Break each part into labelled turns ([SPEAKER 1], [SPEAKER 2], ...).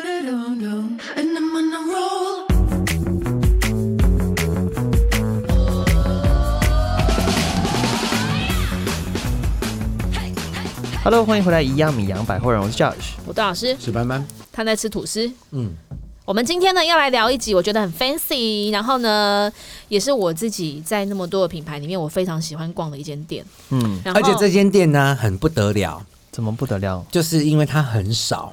[SPEAKER 1] And I'm on a roll.
[SPEAKER 2] Hello，欢迎回来，一样米阳百货人，我是 Josh。
[SPEAKER 3] 我杜老师，
[SPEAKER 4] 史班班，
[SPEAKER 3] 他在吃吐司。
[SPEAKER 4] 嗯，
[SPEAKER 3] 我们今天呢要来聊一集，我觉得很 fancy，然后呢，也是我自己在那么多的品牌里面，我非常喜欢逛的一间店。
[SPEAKER 2] 嗯，
[SPEAKER 3] 然后
[SPEAKER 4] 而且这间店呢很不得了，
[SPEAKER 2] 怎么不得了？
[SPEAKER 4] 就是因为它很少，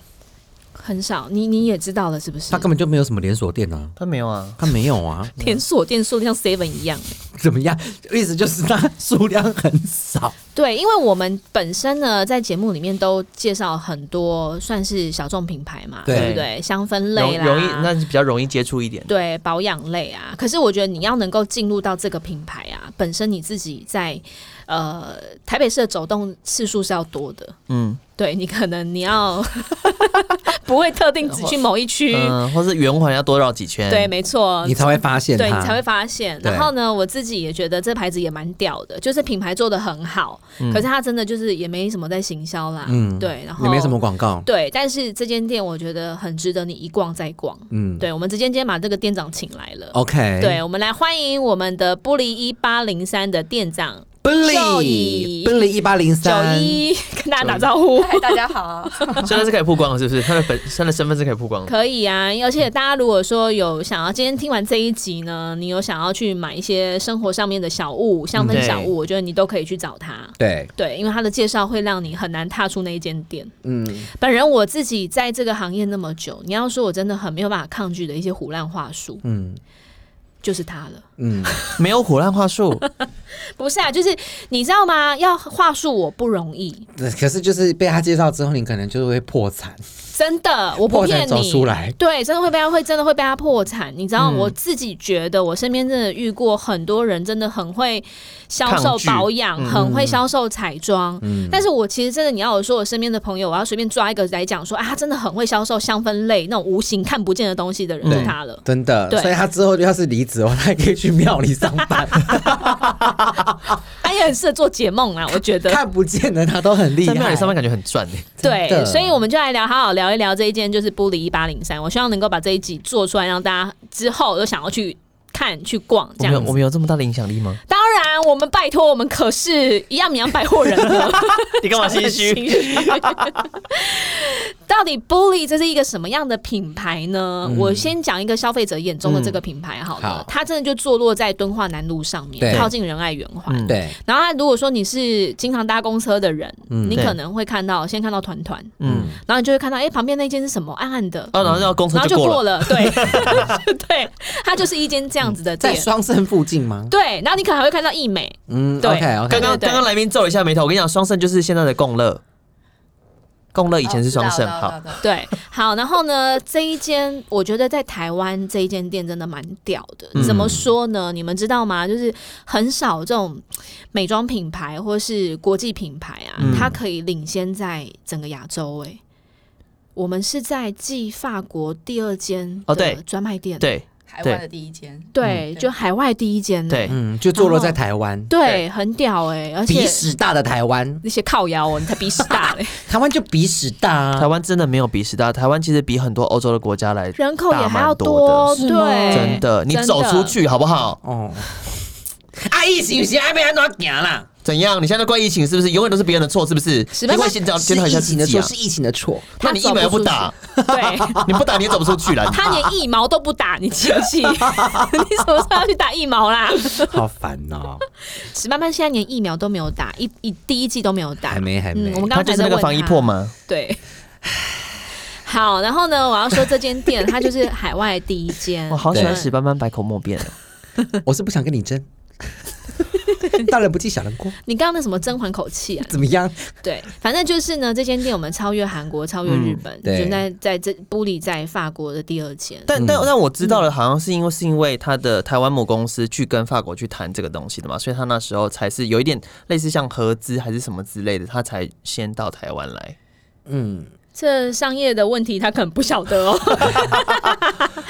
[SPEAKER 3] 很少，你你也知道了是不是？
[SPEAKER 4] 它根本就没有什么连锁店啊，
[SPEAKER 2] 他没有啊，
[SPEAKER 4] 它没有啊，
[SPEAKER 3] 连锁店数像 seven 一样。
[SPEAKER 4] 怎么样？意思就是它数量很少，
[SPEAKER 3] 对，因为我们本身呢，在节目里面都介绍很多算是小众品牌嘛，
[SPEAKER 4] 对
[SPEAKER 3] 不对？香氛
[SPEAKER 2] 容
[SPEAKER 3] 类啦，
[SPEAKER 2] 容易，那是比较容易接触一点。
[SPEAKER 3] 对保养类啊。可是我觉得你要能够进入到这个品牌啊，本身你自己在呃台北市的走动次数是要多的，
[SPEAKER 2] 嗯
[SPEAKER 3] 对你可能你要 不会特定只去某一区，
[SPEAKER 2] 嗯、或是圆环要多绕几圈。
[SPEAKER 3] 对，没错
[SPEAKER 4] 你。才会发现它，
[SPEAKER 3] 哦对你才会发现，
[SPEAKER 4] 对
[SPEAKER 3] 然后呢，我自己也觉得这牌子也蛮屌的，就是品牌做的很好，可是它真的就是也没什么在行销啦，
[SPEAKER 4] 嗯
[SPEAKER 3] 对，然后
[SPEAKER 4] 也没什么广告，
[SPEAKER 3] 对，但是这间店我觉得很值得你一逛再逛。
[SPEAKER 4] 嗯，
[SPEAKER 3] 对，我们这间今天把这个店长请来了。
[SPEAKER 4] ，OK，
[SPEAKER 3] 对，我们来欢迎我们的玻璃一八零三的店长就以
[SPEAKER 4] ，Billy，Billy 一八零
[SPEAKER 3] 九
[SPEAKER 4] 三，
[SPEAKER 3] 一，跟大家打招呼。
[SPEAKER 5] 嗨，大家好。
[SPEAKER 2] 现在是可以曝光了，是不是？他的本他的身份是可以曝光的。
[SPEAKER 3] 可以啊，而且大家如果说有想要今天听完这一集呢，你有想要去买一些生活上面的小物、香氛小
[SPEAKER 2] 对
[SPEAKER 3] 物，
[SPEAKER 4] 嗯
[SPEAKER 3] 我觉得你都可以去找他。
[SPEAKER 4] 对，
[SPEAKER 3] 对，因为他的介绍会让你很难踏出那一间店。
[SPEAKER 4] 嗯，
[SPEAKER 3] 本人我自己在这个行业那么久，你要说我真的很没有办法抗拒的一些胡乱话术，
[SPEAKER 4] 嗯，
[SPEAKER 3] 就是他了。
[SPEAKER 4] 嗯，
[SPEAKER 2] 没有火烂话 术，
[SPEAKER 3] 不是啊，就是你知道吗？要话术我不容易，
[SPEAKER 4] 可是就是被他介绍之后，你可能就会破产，
[SPEAKER 3] 真的，我不
[SPEAKER 4] 破
[SPEAKER 3] 骗
[SPEAKER 4] 产
[SPEAKER 3] 你
[SPEAKER 4] 走。出来，嗯
[SPEAKER 3] 对，真的会被他会真的会被他破产，你知道？我自己觉得，我身边真的遇过很多人，真的很会销售
[SPEAKER 2] 抗拒
[SPEAKER 3] 保养，
[SPEAKER 2] 嗯
[SPEAKER 3] 很会销售彩妆。
[SPEAKER 4] 嗯，
[SPEAKER 3] 但是我其实真的，你要我说我身边的朋友，我要随便抓一个来讲说啊，他真的很会销售香氛类那种无形看不见的东西的人
[SPEAKER 4] 嗯对
[SPEAKER 3] 是他了。
[SPEAKER 4] 真的，
[SPEAKER 3] 对
[SPEAKER 4] 所以他之后要是离职的话，他也可以去庙里上 班，
[SPEAKER 3] 他也很适合做解梦啊，我觉得。
[SPEAKER 4] 看不见的他都很厉
[SPEAKER 2] 在
[SPEAKER 4] 害。
[SPEAKER 2] 庙里上面感觉很赚耶
[SPEAKER 3] 对
[SPEAKER 4] 真，的
[SPEAKER 3] 所以我们就来聊，好好聊一聊这一件就是玻璃一八零三。我希望能够把这一集做出来，让大家之后都想要去看、去逛
[SPEAKER 2] 我
[SPEAKER 3] 这
[SPEAKER 2] 们有
[SPEAKER 3] 样
[SPEAKER 2] 我
[SPEAKER 3] 子。
[SPEAKER 2] 们有这么大的影响力吗？
[SPEAKER 3] 当然，我们拜托，我们可是一样米阳百货人的，
[SPEAKER 2] 你干嘛心 虚？
[SPEAKER 3] 到底 Bully 这是一个什么样的品牌呢？
[SPEAKER 2] 嗯
[SPEAKER 3] 我先讲一个消费者眼中的这个品牌好了，
[SPEAKER 4] 好
[SPEAKER 3] 它真的就坐落在敦化南路上面，
[SPEAKER 4] 对
[SPEAKER 3] 靠近仁爱圆环。
[SPEAKER 2] 嗯
[SPEAKER 4] 对，
[SPEAKER 3] 然后，它如果说你是经常搭公车的人，
[SPEAKER 4] 嗯
[SPEAKER 3] 你
[SPEAKER 2] 对
[SPEAKER 3] 可能会看到先看到团团，
[SPEAKER 2] 嗯，
[SPEAKER 3] 然后你就会看到，哎、旁边那间是什么暗暗的，
[SPEAKER 2] 哦，然后要工程
[SPEAKER 3] 然后
[SPEAKER 2] 就
[SPEAKER 3] 就
[SPEAKER 2] 过
[SPEAKER 3] 过
[SPEAKER 2] 了。
[SPEAKER 3] 了，对 对，它就是一间这样子的
[SPEAKER 4] 在
[SPEAKER 3] 店。
[SPEAKER 4] 双盛附近吗？
[SPEAKER 3] 对，然后你可能还会看到艺美，
[SPEAKER 4] 嗯
[SPEAKER 3] 对
[SPEAKER 4] ，OK
[SPEAKER 2] 刚
[SPEAKER 4] OK，
[SPEAKER 2] 刚
[SPEAKER 3] 对对
[SPEAKER 2] 刚刚来宾皱了一下眉头，我跟你讲，双盛就是现在的共乐，共乐以
[SPEAKER 5] 以
[SPEAKER 2] 前是双
[SPEAKER 3] 哦
[SPEAKER 2] 盛，好，
[SPEAKER 5] 好，
[SPEAKER 3] 对，好，然后呢，这一间我觉得在台湾这一间店真的蛮屌的。
[SPEAKER 2] 嗯
[SPEAKER 3] 怎么说呢？你们知道吗？就是很少这种美妆品牌或是国际品牌啊，
[SPEAKER 2] 嗯
[SPEAKER 3] 它可以领先在整个亚洲、欸。我们是在继法国第二间
[SPEAKER 2] 哦对
[SPEAKER 3] 的专卖店，
[SPEAKER 2] 对
[SPEAKER 5] 台湾的第一间，
[SPEAKER 3] 对
[SPEAKER 5] 嗯
[SPEAKER 3] 就海外第一间、欸，
[SPEAKER 2] 对，
[SPEAKER 4] 嗯，就坐落在台湾，
[SPEAKER 3] 对，很屌哎、而且
[SPEAKER 4] 鼻屎大的台湾，
[SPEAKER 3] 那些靠腰哦，你才鼻屎大 嘞，
[SPEAKER 4] 台湾就鼻屎大
[SPEAKER 2] 台
[SPEAKER 4] 啊，
[SPEAKER 2] 湾真的没有比时大，台湾其实比很多欧洲的国家来
[SPEAKER 3] 人口也还
[SPEAKER 2] 大蛮
[SPEAKER 3] 要多，哦
[SPEAKER 4] 多的是吗
[SPEAKER 3] 对，
[SPEAKER 2] 真的，你
[SPEAKER 3] 真的
[SPEAKER 2] 走出，去好不好？
[SPEAKER 4] 哦，啊，疫情是爱被安怎行啦？
[SPEAKER 2] 怎样？你现在都怪疫情是不是？永远都是别人的错是不是？
[SPEAKER 3] 是吧
[SPEAKER 2] 你会先找
[SPEAKER 4] 是
[SPEAKER 2] 检讨一下
[SPEAKER 4] 疫
[SPEAKER 2] 自
[SPEAKER 4] 情的
[SPEAKER 2] 己
[SPEAKER 4] 错，
[SPEAKER 2] 啊
[SPEAKER 4] 是。疫情的错，
[SPEAKER 2] 那你疫苗又不打，
[SPEAKER 3] 对。
[SPEAKER 2] 你不打你也走不出去 了。
[SPEAKER 3] 他连疫苗都不打，你气不 气？你什么时候要去打疫苗 啦？
[SPEAKER 4] 好烦哦，
[SPEAKER 3] 史班班现在连疫苗都没有打，一一第一季都没有打，
[SPEAKER 4] 还没还没
[SPEAKER 3] 嗯，我们刚
[SPEAKER 2] 他
[SPEAKER 3] 刚
[SPEAKER 2] 就
[SPEAKER 3] 才
[SPEAKER 2] 是
[SPEAKER 3] 在
[SPEAKER 2] 那
[SPEAKER 3] 问
[SPEAKER 2] 个防疫破嘛，
[SPEAKER 3] 他？对。 好，然后呢，我要说这间店，它就是海外第一 间。
[SPEAKER 2] 我好喜欢
[SPEAKER 3] 对
[SPEAKER 2] 史斑斑百口莫辩哦。
[SPEAKER 4] 我是不想跟你争，大人不计小人过，
[SPEAKER 3] 你刚刚那什么甄嬛口气啊？
[SPEAKER 4] 怎么样？
[SPEAKER 3] 对，反正就是呢，这间店我们超越韩国，超越日本，
[SPEAKER 4] 对
[SPEAKER 3] 就在在这玻璃在法国的第二间。
[SPEAKER 2] 但但
[SPEAKER 4] 嗯
[SPEAKER 2] 但我知道了，好像是因为是因为他的台湾母公司去跟法国去谈这个东西的嘛，所以他那时候才是有一点类似像合资还是什么之类的，他才先到台湾来。
[SPEAKER 4] 嗯，
[SPEAKER 3] 这商业的问题，他可能不晓得哦。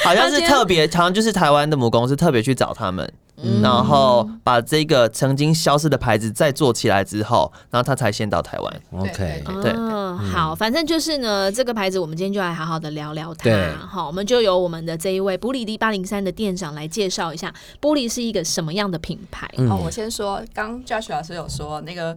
[SPEAKER 2] 好像是特别，好像就是台湾的母公司特别去找他们，
[SPEAKER 3] 嗯
[SPEAKER 2] 然后把这个曾经消失的牌子再做起来之后，然后他才先到台湾。
[SPEAKER 4] OK，
[SPEAKER 2] 哎对对
[SPEAKER 3] 嗯，好，反正就是呢，这个牌子我们今天就来好好的聊聊
[SPEAKER 4] 对
[SPEAKER 3] 它。好，我们就由我们的这一位玻璃 D 八零三的店长来介绍一下，玻璃是一个什么样的品牌？
[SPEAKER 2] 嗯
[SPEAKER 4] 嗯
[SPEAKER 5] 哦，我先说，刚 Josh 老师有说那个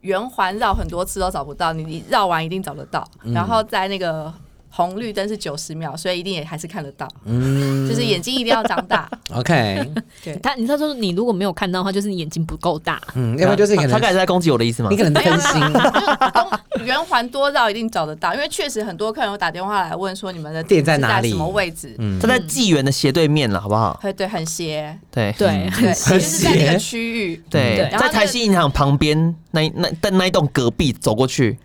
[SPEAKER 5] 圆环绕很多次都找不到，你你绕完一定找得到。
[SPEAKER 4] 嗯
[SPEAKER 5] 然后在那个红绿灯是九十秒，所以一定也还是看得到，
[SPEAKER 4] 嗯
[SPEAKER 5] 就是眼睛一定要张大。
[SPEAKER 4] ，OK，
[SPEAKER 3] 他，你他说你如果没有看到的话，就是你眼睛不够大。
[SPEAKER 4] 嗯，要不然就是可
[SPEAKER 2] 他他开
[SPEAKER 4] 能
[SPEAKER 2] 始在攻击我的意思吗
[SPEAKER 4] 你？可能分心，
[SPEAKER 5] 圆环多绕一定找得到，因为确实很多客人有打电话来问说你们的
[SPEAKER 4] 店在哪里
[SPEAKER 5] 是什么位置？
[SPEAKER 4] 嗯
[SPEAKER 2] 他在纪元的斜对面了，好不好？
[SPEAKER 5] 对对，很斜，
[SPEAKER 2] 对嗯
[SPEAKER 3] 对，
[SPEAKER 5] 对，
[SPEAKER 3] 很
[SPEAKER 5] 就
[SPEAKER 3] 细
[SPEAKER 5] 是在那
[SPEAKER 4] 斜
[SPEAKER 5] 个区 域，
[SPEAKER 2] 对，
[SPEAKER 3] 对
[SPEAKER 2] 在台新银行旁边那一那但那一栋隔壁走过去，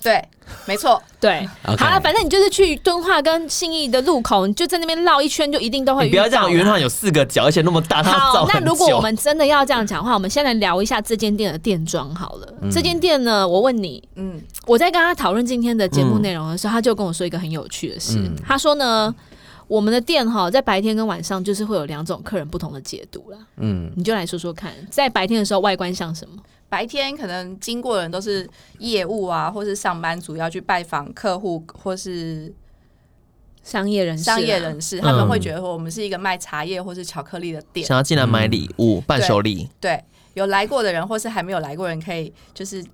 [SPEAKER 5] 对，没错，
[SPEAKER 3] 对。
[SPEAKER 4] OK
[SPEAKER 3] 好了，反正你就是去敦化跟信义的路口，你就在那边绕一圈，就一定都会
[SPEAKER 2] 你
[SPEAKER 3] 哦
[SPEAKER 2] 不
[SPEAKER 3] 遇到啦。
[SPEAKER 2] 要这样，圆环有四个角，而且那么大，他要造
[SPEAKER 3] 好，那
[SPEAKER 2] 很
[SPEAKER 3] 如果
[SPEAKER 2] 久
[SPEAKER 3] 我们真的要这样讲话，我 们先来聊一下这间店的店装好了。这间店呢，我问你，
[SPEAKER 5] 嗯，
[SPEAKER 3] 我在跟他讨论今天的节目内容的时候，他就跟我说一个很有趣的事。
[SPEAKER 4] 嗯
[SPEAKER 3] 他说呢，我们的店哈，在白天跟晚上就是会有两种客人不同的解读啦。
[SPEAKER 4] 嗯，
[SPEAKER 3] 你就来说说看，在白天的时候外观像什么？
[SPEAKER 5] 白天可能经过的人都是业务啊，或是上班族要去拜访客户，或是
[SPEAKER 3] 商业人士、嗯
[SPEAKER 5] 商业人
[SPEAKER 3] 士。
[SPEAKER 5] 士，他啊们会觉得说我们是一个卖茶叶或是巧克力的店。
[SPEAKER 2] 想要进来买礼物、伴手礼，
[SPEAKER 5] 对，有来过的人或是还没有来过的人，可以就是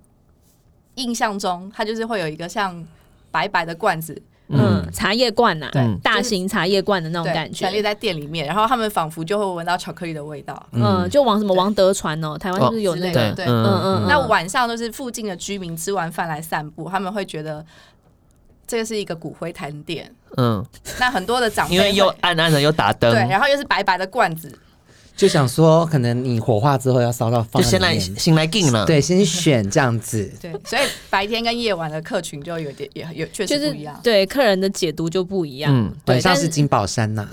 [SPEAKER 5] 印象中，它就是会有一个像白白的罐子，
[SPEAKER 3] 嗯，茶叶罐呐、
[SPEAKER 2] 对
[SPEAKER 3] 大型茶叶罐的那种
[SPEAKER 5] 对，
[SPEAKER 3] 感
[SPEAKER 5] 陈列
[SPEAKER 3] 觉，
[SPEAKER 5] 在店里面，然后他们仿佛就会闻到巧克力的味道。
[SPEAKER 3] 嗯，就往什么王德传哦，台湾是不是有那
[SPEAKER 5] 之类
[SPEAKER 3] 个？
[SPEAKER 5] 的对
[SPEAKER 3] 嗯
[SPEAKER 2] 嗯，
[SPEAKER 3] 嗯，嗯
[SPEAKER 5] 那晚上都是附近的居民吃完饭来散步，他们会觉得这个是一个骨灰坛店。
[SPEAKER 2] 嗯，
[SPEAKER 5] 那很多的长辈
[SPEAKER 2] 因为又
[SPEAKER 5] 会
[SPEAKER 2] 暗暗的又打灯
[SPEAKER 5] 对，，然后又是白白的罐子，
[SPEAKER 4] 就想说可能你火化之后要烧到
[SPEAKER 2] 就
[SPEAKER 4] 放在
[SPEAKER 2] 先
[SPEAKER 4] 里
[SPEAKER 2] 来
[SPEAKER 4] 面
[SPEAKER 2] 先来进了，
[SPEAKER 4] 对，先选这样子，
[SPEAKER 5] 对，所以白天跟夜晚的客群就有点也有确
[SPEAKER 3] 就
[SPEAKER 5] 实
[SPEAKER 3] 是
[SPEAKER 5] 不一样。
[SPEAKER 3] 对客人的解读就不一样。
[SPEAKER 2] 嗯
[SPEAKER 3] 对
[SPEAKER 4] 晚上
[SPEAKER 3] 但
[SPEAKER 4] 是
[SPEAKER 3] 是
[SPEAKER 4] 金宝山呐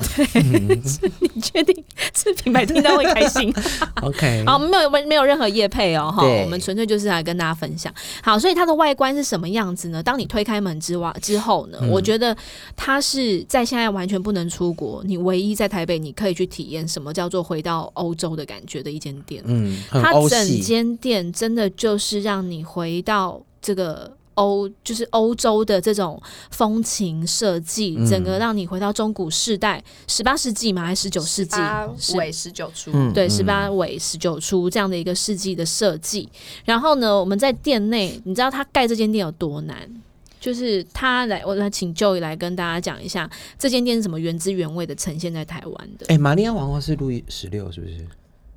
[SPEAKER 3] 你确定这品牌听到会开心？
[SPEAKER 4] ，OK，
[SPEAKER 3] 好，没有没有任何业配哦，哈，
[SPEAKER 4] 对
[SPEAKER 3] 我们纯粹就是来跟大家分享。好，所以它的外观是什么样子呢？当你推开门之外之后呢，我觉得它是在现在完全不能出国，你唯一在台北你可以去体验什么叫做回到欧洲的感觉的一间店。
[SPEAKER 4] 嗯，很
[SPEAKER 3] 它
[SPEAKER 4] 欧
[SPEAKER 3] 整
[SPEAKER 4] 系，
[SPEAKER 3] 间店真的就是让你回到这个欧，就是欧洲的这种风情设计，
[SPEAKER 4] 嗯
[SPEAKER 3] 整个让你回到中古世代，十八世纪嘛，还是十九世纪？
[SPEAKER 5] 八
[SPEAKER 3] 是
[SPEAKER 5] 尾十九出，
[SPEAKER 2] 嗯，
[SPEAKER 3] 对，十八尾十九出这样的一个世纪的设计。然后呢，我们在店内，你知道他盖这间店有多难？就是他来，我来请 Joey 来跟大家讲一下这间店是怎么原汁原味的呈现在台湾的。
[SPEAKER 4] 哎，玛利亚王后是路易十六是不是？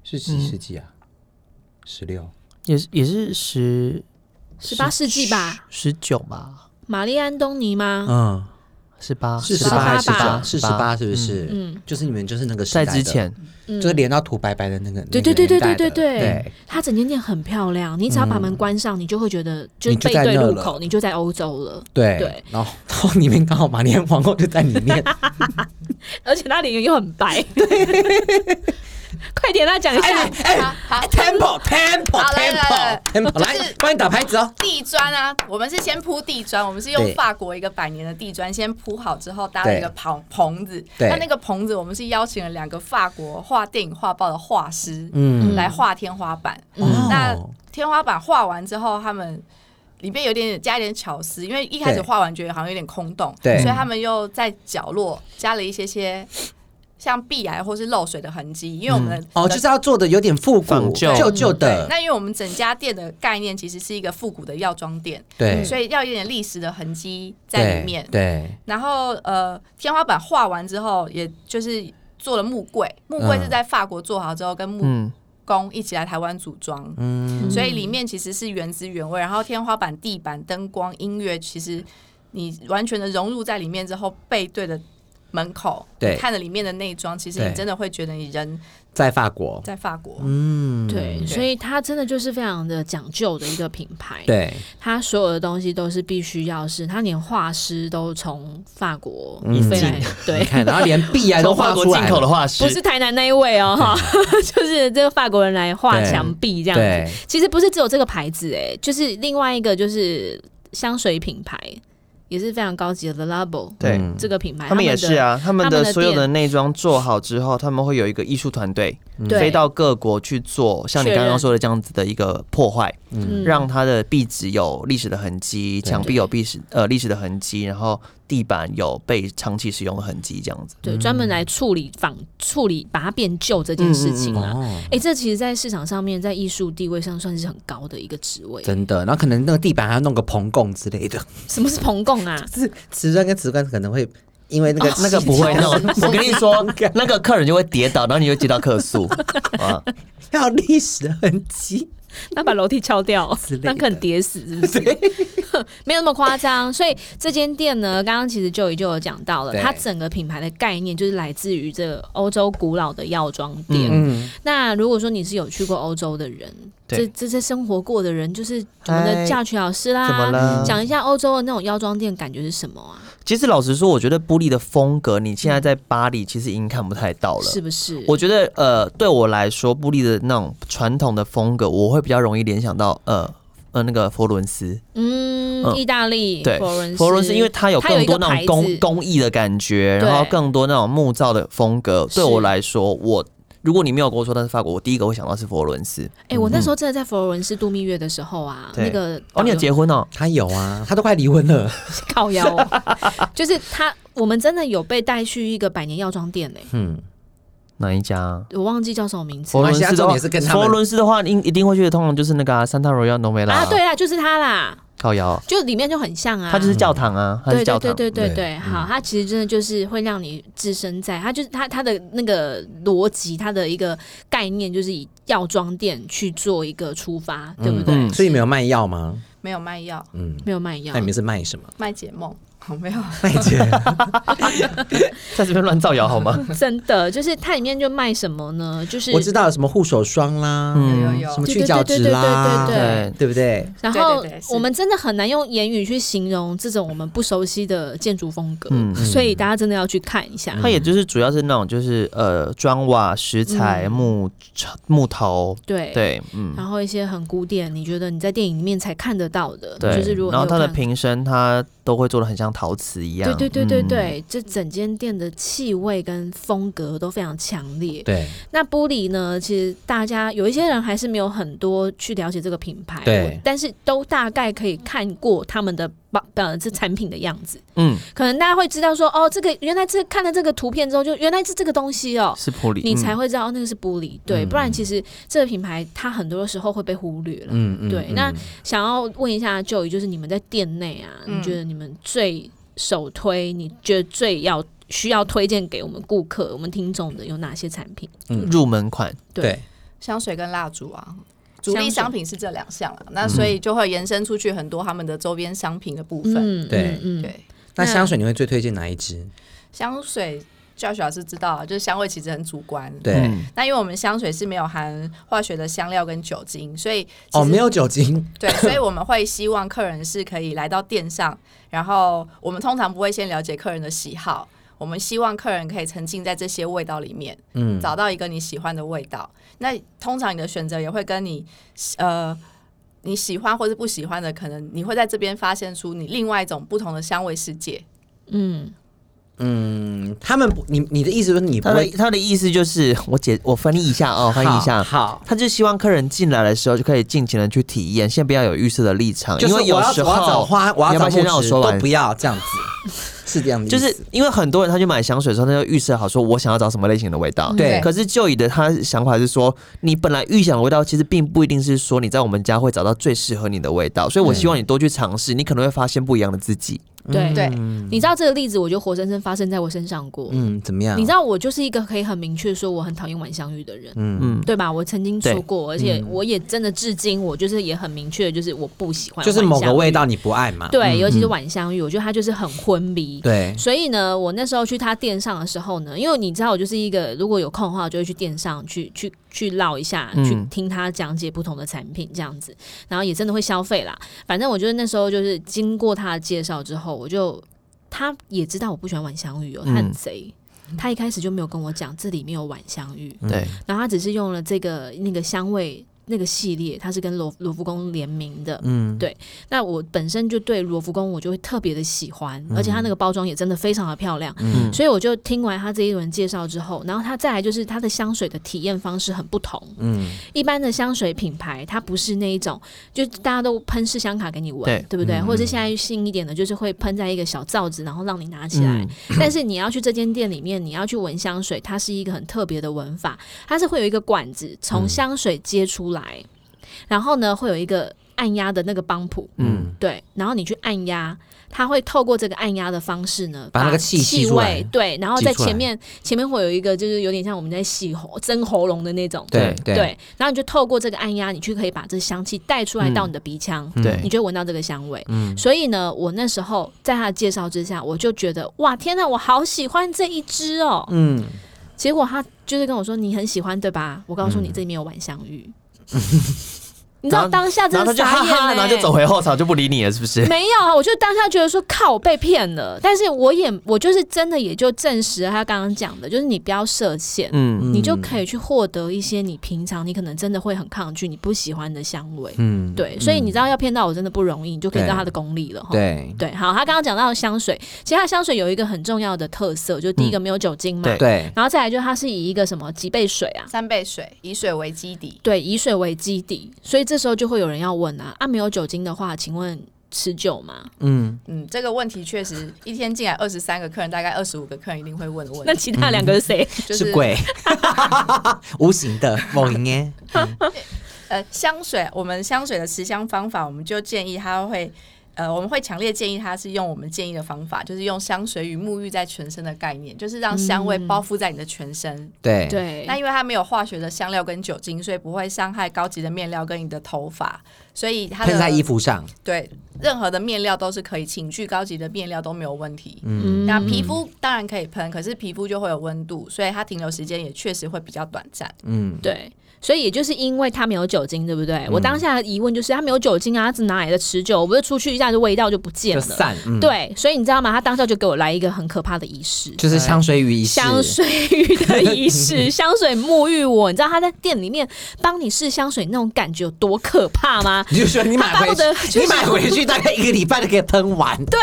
[SPEAKER 4] 是几世纪啊？十六，
[SPEAKER 2] 也是也是十
[SPEAKER 3] 十八世纪吧，
[SPEAKER 2] 十九吧，
[SPEAKER 3] 玛丽安东尼吗？
[SPEAKER 4] 嗯，
[SPEAKER 2] 十八
[SPEAKER 4] 是
[SPEAKER 3] 十
[SPEAKER 4] 十八还是
[SPEAKER 3] 八
[SPEAKER 4] 十
[SPEAKER 3] 吧
[SPEAKER 4] 八？是十八是不是？
[SPEAKER 3] 嗯
[SPEAKER 4] 嗯，就是你们就是那个时代
[SPEAKER 2] 在
[SPEAKER 4] 的
[SPEAKER 2] 之，前，
[SPEAKER 3] 嗯
[SPEAKER 4] 就是连到涂白白的那个，
[SPEAKER 3] 对
[SPEAKER 4] 那
[SPEAKER 3] 对
[SPEAKER 4] 个
[SPEAKER 3] 对对
[SPEAKER 4] 年代
[SPEAKER 3] 对
[SPEAKER 4] 的
[SPEAKER 3] 对
[SPEAKER 4] 对，
[SPEAKER 3] 它整间店很漂亮，你只要把门关上，你就会觉得就是
[SPEAKER 4] 你就
[SPEAKER 3] 背
[SPEAKER 4] 在
[SPEAKER 3] 对
[SPEAKER 4] 那
[SPEAKER 3] 路
[SPEAKER 4] 了
[SPEAKER 3] 口，你就在欧洲了。
[SPEAKER 4] 对
[SPEAKER 3] 对，
[SPEAKER 4] 然后然后里面刚好玛丽安皇后就在里面，
[SPEAKER 3] 而且它脸又很白。 快点，来讲一下。
[SPEAKER 4] 哎
[SPEAKER 5] 好哎好
[SPEAKER 4] temple temple
[SPEAKER 5] 好来来来
[SPEAKER 4] temple temple，
[SPEAKER 5] 就
[SPEAKER 4] 来
[SPEAKER 5] 是
[SPEAKER 4] 帮你打拍子哦。
[SPEAKER 5] 地砖啊，我们是先铺地砖，我们是
[SPEAKER 4] 对
[SPEAKER 5] 用法国一个百年的地砖先铺好之后搭了一个
[SPEAKER 4] 对
[SPEAKER 5] 棚棚子。
[SPEAKER 4] 对
[SPEAKER 5] 那那个棚子，我们是邀请了两个法国画电影画报的画师，
[SPEAKER 4] 嗯
[SPEAKER 5] 来画天花板。
[SPEAKER 4] 哦
[SPEAKER 5] 嗯那天花板画完之后，他们。里面有点加一点巧思，因为一开始
[SPEAKER 4] 对
[SPEAKER 5] 画完觉得好像有点空洞，
[SPEAKER 4] 对
[SPEAKER 5] 所以他们又在角落加了一些些像壁癌或是漏水的痕迹，因为我们的
[SPEAKER 4] 哦，就是要做的有点复
[SPEAKER 2] 仿
[SPEAKER 4] 古
[SPEAKER 2] 旧
[SPEAKER 4] 旧旧
[SPEAKER 5] 对，
[SPEAKER 4] 的，
[SPEAKER 5] 那因为我们整家店的概念其实是一个复古的药妆店，
[SPEAKER 4] 对，
[SPEAKER 5] 所
[SPEAKER 4] 以
[SPEAKER 5] 以要有点历史的痕迹在里面。
[SPEAKER 4] 对，
[SPEAKER 5] 然后呃，天花板画完之后，也就是做了木柜，木柜
[SPEAKER 4] 嗯
[SPEAKER 5] 是在法国做好之后跟木
[SPEAKER 2] 嗯，
[SPEAKER 5] 工一起来台湾组装。
[SPEAKER 4] 嗯，
[SPEAKER 5] 所以里面其实是原汁原味，然后天花板、地板、灯光、音乐，其实你完全的融入在里面之后，背对着门口，
[SPEAKER 4] 对
[SPEAKER 5] 你看着里面的内装，其实
[SPEAKER 4] 对
[SPEAKER 5] 你真的会觉得你人
[SPEAKER 4] 在法国，
[SPEAKER 5] 在法国。
[SPEAKER 4] 嗯，
[SPEAKER 3] 对，所以它真的就是非常的讲究的一个品牌。
[SPEAKER 4] 对，
[SPEAKER 3] 它所有的东西都是必须要是，它连画师都从法国
[SPEAKER 4] 嗯
[SPEAKER 3] 飞来，
[SPEAKER 4] 你
[SPEAKER 3] 对，
[SPEAKER 4] 看，然后连壁癌都
[SPEAKER 2] 从
[SPEAKER 4] 画
[SPEAKER 2] 法国
[SPEAKER 4] 出
[SPEAKER 2] 进
[SPEAKER 4] 来
[SPEAKER 2] 口的
[SPEAKER 4] 了，
[SPEAKER 2] 话
[SPEAKER 3] 不是台南那一位哦，哈， 就是这个法国人来画
[SPEAKER 4] 对
[SPEAKER 3] 墙壁这样子。
[SPEAKER 4] 对，
[SPEAKER 3] 哎其实不是只有这个牌子、诶，就是另外一个就是香水品牌。也是非常高级的 The Labo
[SPEAKER 2] 对
[SPEAKER 4] 嗯
[SPEAKER 3] 这个品牌，
[SPEAKER 2] 他们也是
[SPEAKER 3] 的。
[SPEAKER 2] 啊，他们
[SPEAKER 3] 他们
[SPEAKER 2] 的
[SPEAKER 3] 的
[SPEAKER 2] 所有的
[SPEAKER 3] 店
[SPEAKER 2] 内装做好之后，他们会有一个艺术团队
[SPEAKER 3] 对
[SPEAKER 2] 飞到各国去做，像你
[SPEAKER 3] 确认
[SPEAKER 2] 刚刚说的这样子的一个破坏，
[SPEAKER 3] 嗯
[SPEAKER 2] 让它的壁纸有历史的痕迹，
[SPEAKER 4] 对
[SPEAKER 2] 墙壁有历史呃历史的痕迹，然后地板有被长期使用的痕迹，这样子。
[SPEAKER 4] 嗯
[SPEAKER 3] 对专门来处理仿处理把它变旧这件事情啊。
[SPEAKER 4] 哦，
[SPEAKER 3] 哎、这其实，在市场上面，在艺术地位上算是很高的一个职位。
[SPEAKER 4] 真的。然后可能那个地板还要弄个棚供之类的，
[SPEAKER 3] 什么是棚供啊？
[SPEAKER 4] 是瓷砖跟瓷砖可能会因为那个、
[SPEAKER 2] 哦那个不 会弄，我跟你说
[SPEAKER 4] 感，
[SPEAKER 2] 那个客人就会跌倒，然后你就接到客 诉啊。
[SPEAKER 4] 要历史的痕迹，
[SPEAKER 3] 那把楼梯敲掉
[SPEAKER 4] 之类，的
[SPEAKER 3] 那可能跌死是不是？ 没有那么夸张。所以这间店呢，刚刚其实就已就有讲到了，
[SPEAKER 4] 对
[SPEAKER 3] 它整个品牌的概念就是来自于这个欧洲古老的药妆店。
[SPEAKER 4] 嗯，
[SPEAKER 3] 那如果说你是有去过欧洲的人，
[SPEAKER 2] 对
[SPEAKER 3] 这这些生活过的人，就是我们
[SPEAKER 2] 嗨
[SPEAKER 3] 的教曲老师啦，
[SPEAKER 2] 哎怎么了
[SPEAKER 3] 讲一下欧洲的那种药妆店感觉是什么啊？
[SPEAKER 2] 其实老实说，我觉得玻璃的风格，你现在在巴黎其实已经看不太到了。
[SPEAKER 3] 是不是？
[SPEAKER 2] 我觉得呃，对我来说，布利的那种传统的风格，我会比较容易联想到呃呃那个佛伦斯，
[SPEAKER 3] 嗯，
[SPEAKER 2] 嗯
[SPEAKER 3] 意大利
[SPEAKER 2] 对
[SPEAKER 3] 佛伦斯，
[SPEAKER 2] 佛伦斯，因为它有
[SPEAKER 3] 它有
[SPEAKER 2] 更
[SPEAKER 3] 一个
[SPEAKER 2] 多那种
[SPEAKER 3] 牌
[SPEAKER 2] 工
[SPEAKER 3] 子
[SPEAKER 2] 工艺的感觉，
[SPEAKER 3] 对
[SPEAKER 2] 然后更多那种木造的风格。
[SPEAKER 3] 是
[SPEAKER 2] 对我来说，我如果你没有跟我说它是法国，我第一个会想到是佛伦斯。
[SPEAKER 3] 哎、我那时候真的在佛罗伦斯度蜜月的时候啊，
[SPEAKER 2] 对
[SPEAKER 3] 那个
[SPEAKER 2] 哦，你有结婚哦？
[SPEAKER 4] 他有啊，他都快离婚了，
[SPEAKER 3] 靠腰，哦 就是他，我们真的有被带去一个百年药妆店呢、
[SPEAKER 4] 嗯，
[SPEAKER 2] 哪一家啊？
[SPEAKER 3] 我忘记叫什么名字
[SPEAKER 2] 佛伦斯
[SPEAKER 4] 马来西亚
[SPEAKER 2] 的
[SPEAKER 4] 重
[SPEAKER 2] 话
[SPEAKER 4] 点是跟，他们
[SPEAKER 2] 佛伦斯的话，应一定会去的，通常就是那个啊 Santa Royal Novella
[SPEAKER 3] 啊，对啦，就是他啦，
[SPEAKER 2] 靠摇，
[SPEAKER 3] 就里面就很像啊，
[SPEAKER 2] 它就是教堂啊，它
[SPEAKER 3] 对
[SPEAKER 2] 是
[SPEAKER 3] 对
[SPEAKER 2] 教
[SPEAKER 3] 对
[SPEAKER 2] 堂。嗯
[SPEAKER 3] 对对
[SPEAKER 4] 对
[SPEAKER 3] 对，好，它其实真的就是会让你置身在，它就是它它的那个逻辑，它的一个概念就是以药妆店去做一个出发，对不对？
[SPEAKER 2] 嗯
[SPEAKER 4] 所以没有卖药吗？
[SPEAKER 5] 没有卖药，
[SPEAKER 4] 嗯，
[SPEAKER 3] 没有卖药
[SPEAKER 4] 那，你们是卖什么？
[SPEAKER 5] 卖解梦，好没有。
[SPEAKER 4] 卖姐，
[SPEAKER 2] 在这边乱造谣好吗？
[SPEAKER 3] 真的就是它里面就卖什么呢？就是
[SPEAKER 4] 我知道有什么护手霜啦，
[SPEAKER 5] 有
[SPEAKER 2] 嗯
[SPEAKER 5] 有有
[SPEAKER 4] 什么去角质啦，
[SPEAKER 3] 对
[SPEAKER 2] 对
[SPEAKER 4] 对不对？
[SPEAKER 3] 然后
[SPEAKER 5] 对对对是
[SPEAKER 3] 我们真的很难用言语去形容这种我们不熟悉的建筑风格，
[SPEAKER 2] 嗯
[SPEAKER 3] 所以大家真的要去看一下。
[SPEAKER 2] 它也就是主要是那种就是呃砖瓦、石材、
[SPEAKER 3] 嗯
[SPEAKER 2] 木木头，
[SPEAKER 3] 对。
[SPEAKER 2] 对，嗯，
[SPEAKER 3] 然后一些很古典，你觉得你在电影里面才看得到的，
[SPEAKER 2] 对。
[SPEAKER 3] 就是如果
[SPEAKER 2] 然后
[SPEAKER 3] 你有
[SPEAKER 2] 它的
[SPEAKER 3] 看
[SPEAKER 2] 瓶身它都会做的很像陶瓷一样，
[SPEAKER 3] 对对对对
[SPEAKER 2] 嗯，
[SPEAKER 3] 对，这整间店的气味跟风格都非常强烈。
[SPEAKER 4] 对
[SPEAKER 3] 那玻璃呢，其实大家有一些人还是没有很多去了解这个品牌，
[SPEAKER 4] 对
[SPEAKER 3] 我但是都大概可以看过他们的包呃这产品的样子，
[SPEAKER 2] 嗯，
[SPEAKER 3] 可能大家会知道说哦，这个原来这看了这个图片之后，就原来是这个东西哦。
[SPEAKER 2] 是玻璃，
[SPEAKER 3] 你才
[SPEAKER 2] 嗯
[SPEAKER 3] 会知道、哦那个是玻璃，
[SPEAKER 4] 嗯
[SPEAKER 3] 对，不然其实这个品牌它很多时候会被忽略了。
[SPEAKER 4] 嗯嗯
[SPEAKER 3] 对
[SPEAKER 4] 嗯
[SPEAKER 3] 那想要问一下 Joy，就是你们在店内啊，
[SPEAKER 5] 嗯
[SPEAKER 3] 你觉得你们最首推，你觉得最要需要推荐给我们顾客、我们听众的有哪些产品？
[SPEAKER 2] 入门款，
[SPEAKER 3] 对
[SPEAKER 4] 对
[SPEAKER 5] 香水跟蜡烛啊。主
[SPEAKER 3] 香水
[SPEAKER 5] 力商品是这两项啊，那所以就会延伸出去很多他们的周边商品的部分。
[SPEAKER 3] 嗯，
[SPEAKER 4] 对
[SPEAKER 3] 嗯，嗯
[SPEAKER 5] 对，
[SPEAKER 4] 那
[SPEAKER 3] 那
[SPEAKER 4] 香水你会最推荐哪一支？
[SPEAKER 5] 香水 Joshua 是知道啊，就是香味其实很主观。
[SPEAKER 4] 对
[SPEAKER 2] 嗯
[SPEAKER 5] 那因为我们香水是没有含化学的香料跟酒精，所以其
[SPEAKER 4] 哦，
[SPEAKER 5] 实
[SPEAKER 4] 没有酒精，
[SPEAKER 5] 对，所以我们会希望客人是可以来到店上，然后我们通常不会先了解客人的喜好，我们希望客人可以沉浸在这些味道里面，
[SPEAKER 4] 嗯，
[SPEAKER 5] 找到一个你喜欢的味道。那通常你的选择也会跟你呃你喜欢或是不喜欢的，可能你会在这边发现出你另外一种不同的香味世界。
[SPEAKER 3] 嗯，
[SPEAKER 4] 嗯他们不，你你的意思说你不
[SPEAKER 2] 他的
[SPEAKER 4] 会
[SPEAKER 2] 他的意思就是我解我翻译一下哦，翻译一下。
[SPEAKER 4] 好，
[SPEAKER 2] 他就希望客人进来的时候就可以尽情的去体验，先不要有预设的立场，
[SPEAKER 4] 就是
[SPEAKER 2] 呃因
[SPEAKER 4] 我
[SPEAKER 2] 为有
[SPEAKER 4] 要
[SPEAKER 2] 时
[SPEAKER 4] 我要找
[SPEAKER 2] 候
[SPEAKER 4] 花，我
[SPEAKER 2] 你要不
[SPEAKER 4] 找
[SPEAKER 2] 要先让我
[SPEAKER 4] 木质
[SPEAKER 2] 说完
[SPEAKER 4] 都不要这样子， 是这样的意
[SPEAKER 2] 就
[SPEAKER 4] 思，
[SPEAKER 2] 是因为很多人他去买香水的时候，他就预设好说我想要找什么类型的味道，
[SPEAKER 4] 对
[SPEAKER 2] 可是就以的他想法是说，你本来预想的味道，其实并不一定是说你在我们家会找到最适合你的味道，所以我希望你多去尝试，你可能会发现不一样的自己。
[SPEAKER 4] 嗯
[SPEAKER 3] 对
[SPEAKER 5] 对，
[SPEAKER 3] 你知道这个例子，我就活生生发生在我身上过。
[SPEAKER 4] 嗯，怎么样？
[SPEAKER 3] 你知道，我就是一个可以很明确说我很讨厌晚香玉的人。
[SPEAKER 2] 嗯，
[SPEAKER 3] 对吧？我曾经说
[SPEAKER 2] 对
[SPEAKER 3] 过，而
[SPEAKER 4] 嗯
[SPEAKER 3] 且我也真的至今，我就是也很明确，就是我不喜欢，
[SPEAKER 4] 就是某个味。道你不爱嘛？嗯
[SPEAKER 3] 对，尤其是晚香玉，我觉得它就是很昏迷。
[SPEAKER 4] 对
[SPEAKER 3] 所以呢，我那时候去他店上的时候呢，因为你知道，我就是一个如果有空的话，我就会去店上去去去唠一下，
[SPEAKER 2] 嗯
[SPEAKER 3] 去听他讲解不同的产品这样子，然后也真的会消费啦。反正我就是那时候就是经过他的介绍之后，我就他也知道我不喜欢晚香玉哦，他很
[SPEAKER 2] 嗯
[SPEAKER 3] 贼。他
[SPEAKER 4] 嗯
[SPEAKER 3] 一开始就没有跟我讲这里面有晚香玉，
[SPEAKER 2] 对，
[SPEAKER 3] 然后他只是用了这个那个香味那个系列，它是跟罗罗浮宫联名的。
[SPEAKER 4] 嗯，
[SPEAKER 3] 对那我本身就对罗浮宫，我就会特别的喜欢，而且它那
[SPEAKER 4] 嗯
[SPEAKER 3] 个包装也真的非常的漂亮，
[SPEAKER 2] 嗯
[SPEAKER 3] 所以我就听完他这一轮介绍之后，然后他再来就是它的香水的体验方式很不同。
[SPEAKER 4] 嗯，
[SPEAKER 3] 一般的香水品牌它不是那一种，就大家都喷试香卡给你闻，
[SPEAKER 2] 对
[SPEAKER 3] 不对？
[SPEAKER 4] 嗯
[SPEAKER 3] 或者是现在新一点的，就是会喷在一个小罩子，然后让你拿起
[SPEAKER 4] 嗯
[SPEAKER 3] 来。 但是你要去这间店里面，你要去闻香水，它是一个很特别的闻法，它是会有一个管子从香水接出来，嗯然后呢会有一个按压的那个帮浦，
[SPEAKER 2] 嗯
[SPEAKER 3] 对，然后你去按压，它会透过这个按压的方式呢，
[SPEAKER 4] 把那个气
[SPEAKER 3] 气
[SPEAKER 4] 吸出来
[SPEAKER 3] 味对，然后在
[SPEAKER 4] 挤出来
[SPEAKER 3] 前面前面会有一个就是有点像我们在洗喉蒸喉咙的那种，
[SPEAKER 4] 对
[SPEAKER 2] 对
[SPEAKER 4] 对，
[SPEAKER 3] 然后你就透过这个按压，你去可以把这香气带出来到你的鼻腔，
[SPEAKER 4] 嗯
[SPEAKER 2] 对
[SPEAKER 3] 你就会闻到这个香味。
[SPEAKER 4] 嗯
[SPEAKER 3] 所以呢，我那时候在他的介绍之下，我就觉得哇，天哪，我好喜欢这一支哦。
[SPEAKER 4] 嗯，
[SPEAKER 3] 结果他就是跟我说你很喜欢对吧？我告诉你，这里面有晚香 玉。你知
[SPEAKER 2] 嗯然
[SPEAKER 3] 道
[SPEAKER 2] 后
[SPEAKER 3] 当下真
[SPEAKER 2] 然后
[SPEAKER 3] 的
[SPEAKER 2] 他就
[SPEAKER 3] 傻
[SPEAKER 2] 哈
[SPEAKER 3] 眼、欸、
[SPEAKER 2] 哈，然后就走回后槽，就不理你了，是不是？
[SPEAKER 3] 没有啊，我就当下觉得说靠，我被骗了。但是我也我就是真的也就证实了他刚刚讲的，就是你不要设限，
[SPEAKER 2] 嗯，
[SPEAKER 3] 你就可以去获得一些你平常你可能真的会很抗拒、你不喜欢的香味。
[SPEAKER 4] 嗯，
[SPEAKER 3] 对，所以你知道要骗到我真的不容易，你就可以知道他的功力了
[SPEAKER 2] 嗯
[SPEAKER 3] 哈。
[SPEAKER 4] 对
[SPEAKER 3] 对，好，他刚刚讲到香水，其实它香水有一个很重要的特色，就是第一个没有酒精嘛，
[SPEAKER 2] 对
[SPEAKER 4] 嗯对，
[SPEAKER 3] 然后再来就是它是以一个什么几倍水啊，
[SPEAKER 5] 三倍水，以水为基底，
[SPEAKER 3] 对，以水为基底，所以这时候就会有人要问啊，啊没有酒精的话，请问持久吗？
[SPEAKER 4] 嗯，
[SPEAKER 5] 嗯，这个问题确实一天进来二十三个客人，大概二十五个客人一定会问的问
[SPEAKER 3] 那
[SPEAKER 5] 题，
[SPEAKER 3] 其他两个是谁？
[SPEAKER 4] 嗯
[SPEAKER 5] 就是
[SPEAKER 4] 鬼，无形的某音耶，
[SPEAKER 5] 呃，香水，我们香水的持香方法，我们就建议它会。呃，我们会强烈建议它是用我们建议的方法，就是用香水与沐浴在全身的概念，就是让香
[SPEAKER 4] 嗯
[SPEAKER 5] 味包覆在你的全身。
[SPEAKER 4] 对
[SPEAKER 3] 对
[SPEAKER 5] 那因为它没有化学的香料跟酒精，所以不会伤害高级的面料跟你的头发，所以它的
[SPEAKER 4] 喷在衣服上，
[SPEAKER 5] 对任何的面料都是可以，寝具高级的面料都没有问题。
[SPEAKER 3] 嗯
[SPEAKER 5] 那皮肤当然可以喷，可是皮肤就会有温度，所以它停留时间也确实会比较短暂。
[SPEAKER 4] 嗯，
[SPEAKER 3] 对，所以也就是因为它没有酒精，对不对？我当下的疑问就是它没有酒精啊，它哪来的持久？我不是出去一下就味道就不见
[SPEAKER 4] 就
[SPEAKER 3] 了。
[SPEAKER 4] 散，嗯，，
[SPEAKER 3] 对，所以你知道吗？他当下就给我来一个很可怕的仪式，
[SPEAKER 4] 就是香水与仪式，
[SPEAKER 3] 香水浴的 仪式，香水沐浴我。你知道他在店里面帮你试香水那种感觉有多可怕吗？
[SPEAKER 4] 你就说你买
[SPEAKER 3] 他巴
[SPEAKER 4] 回
[SPEAKER 3] 不得
[SPEAKER 4] 去，你买回去大概一个礼拜就可以喷完，
[SPEAKER 3] 对，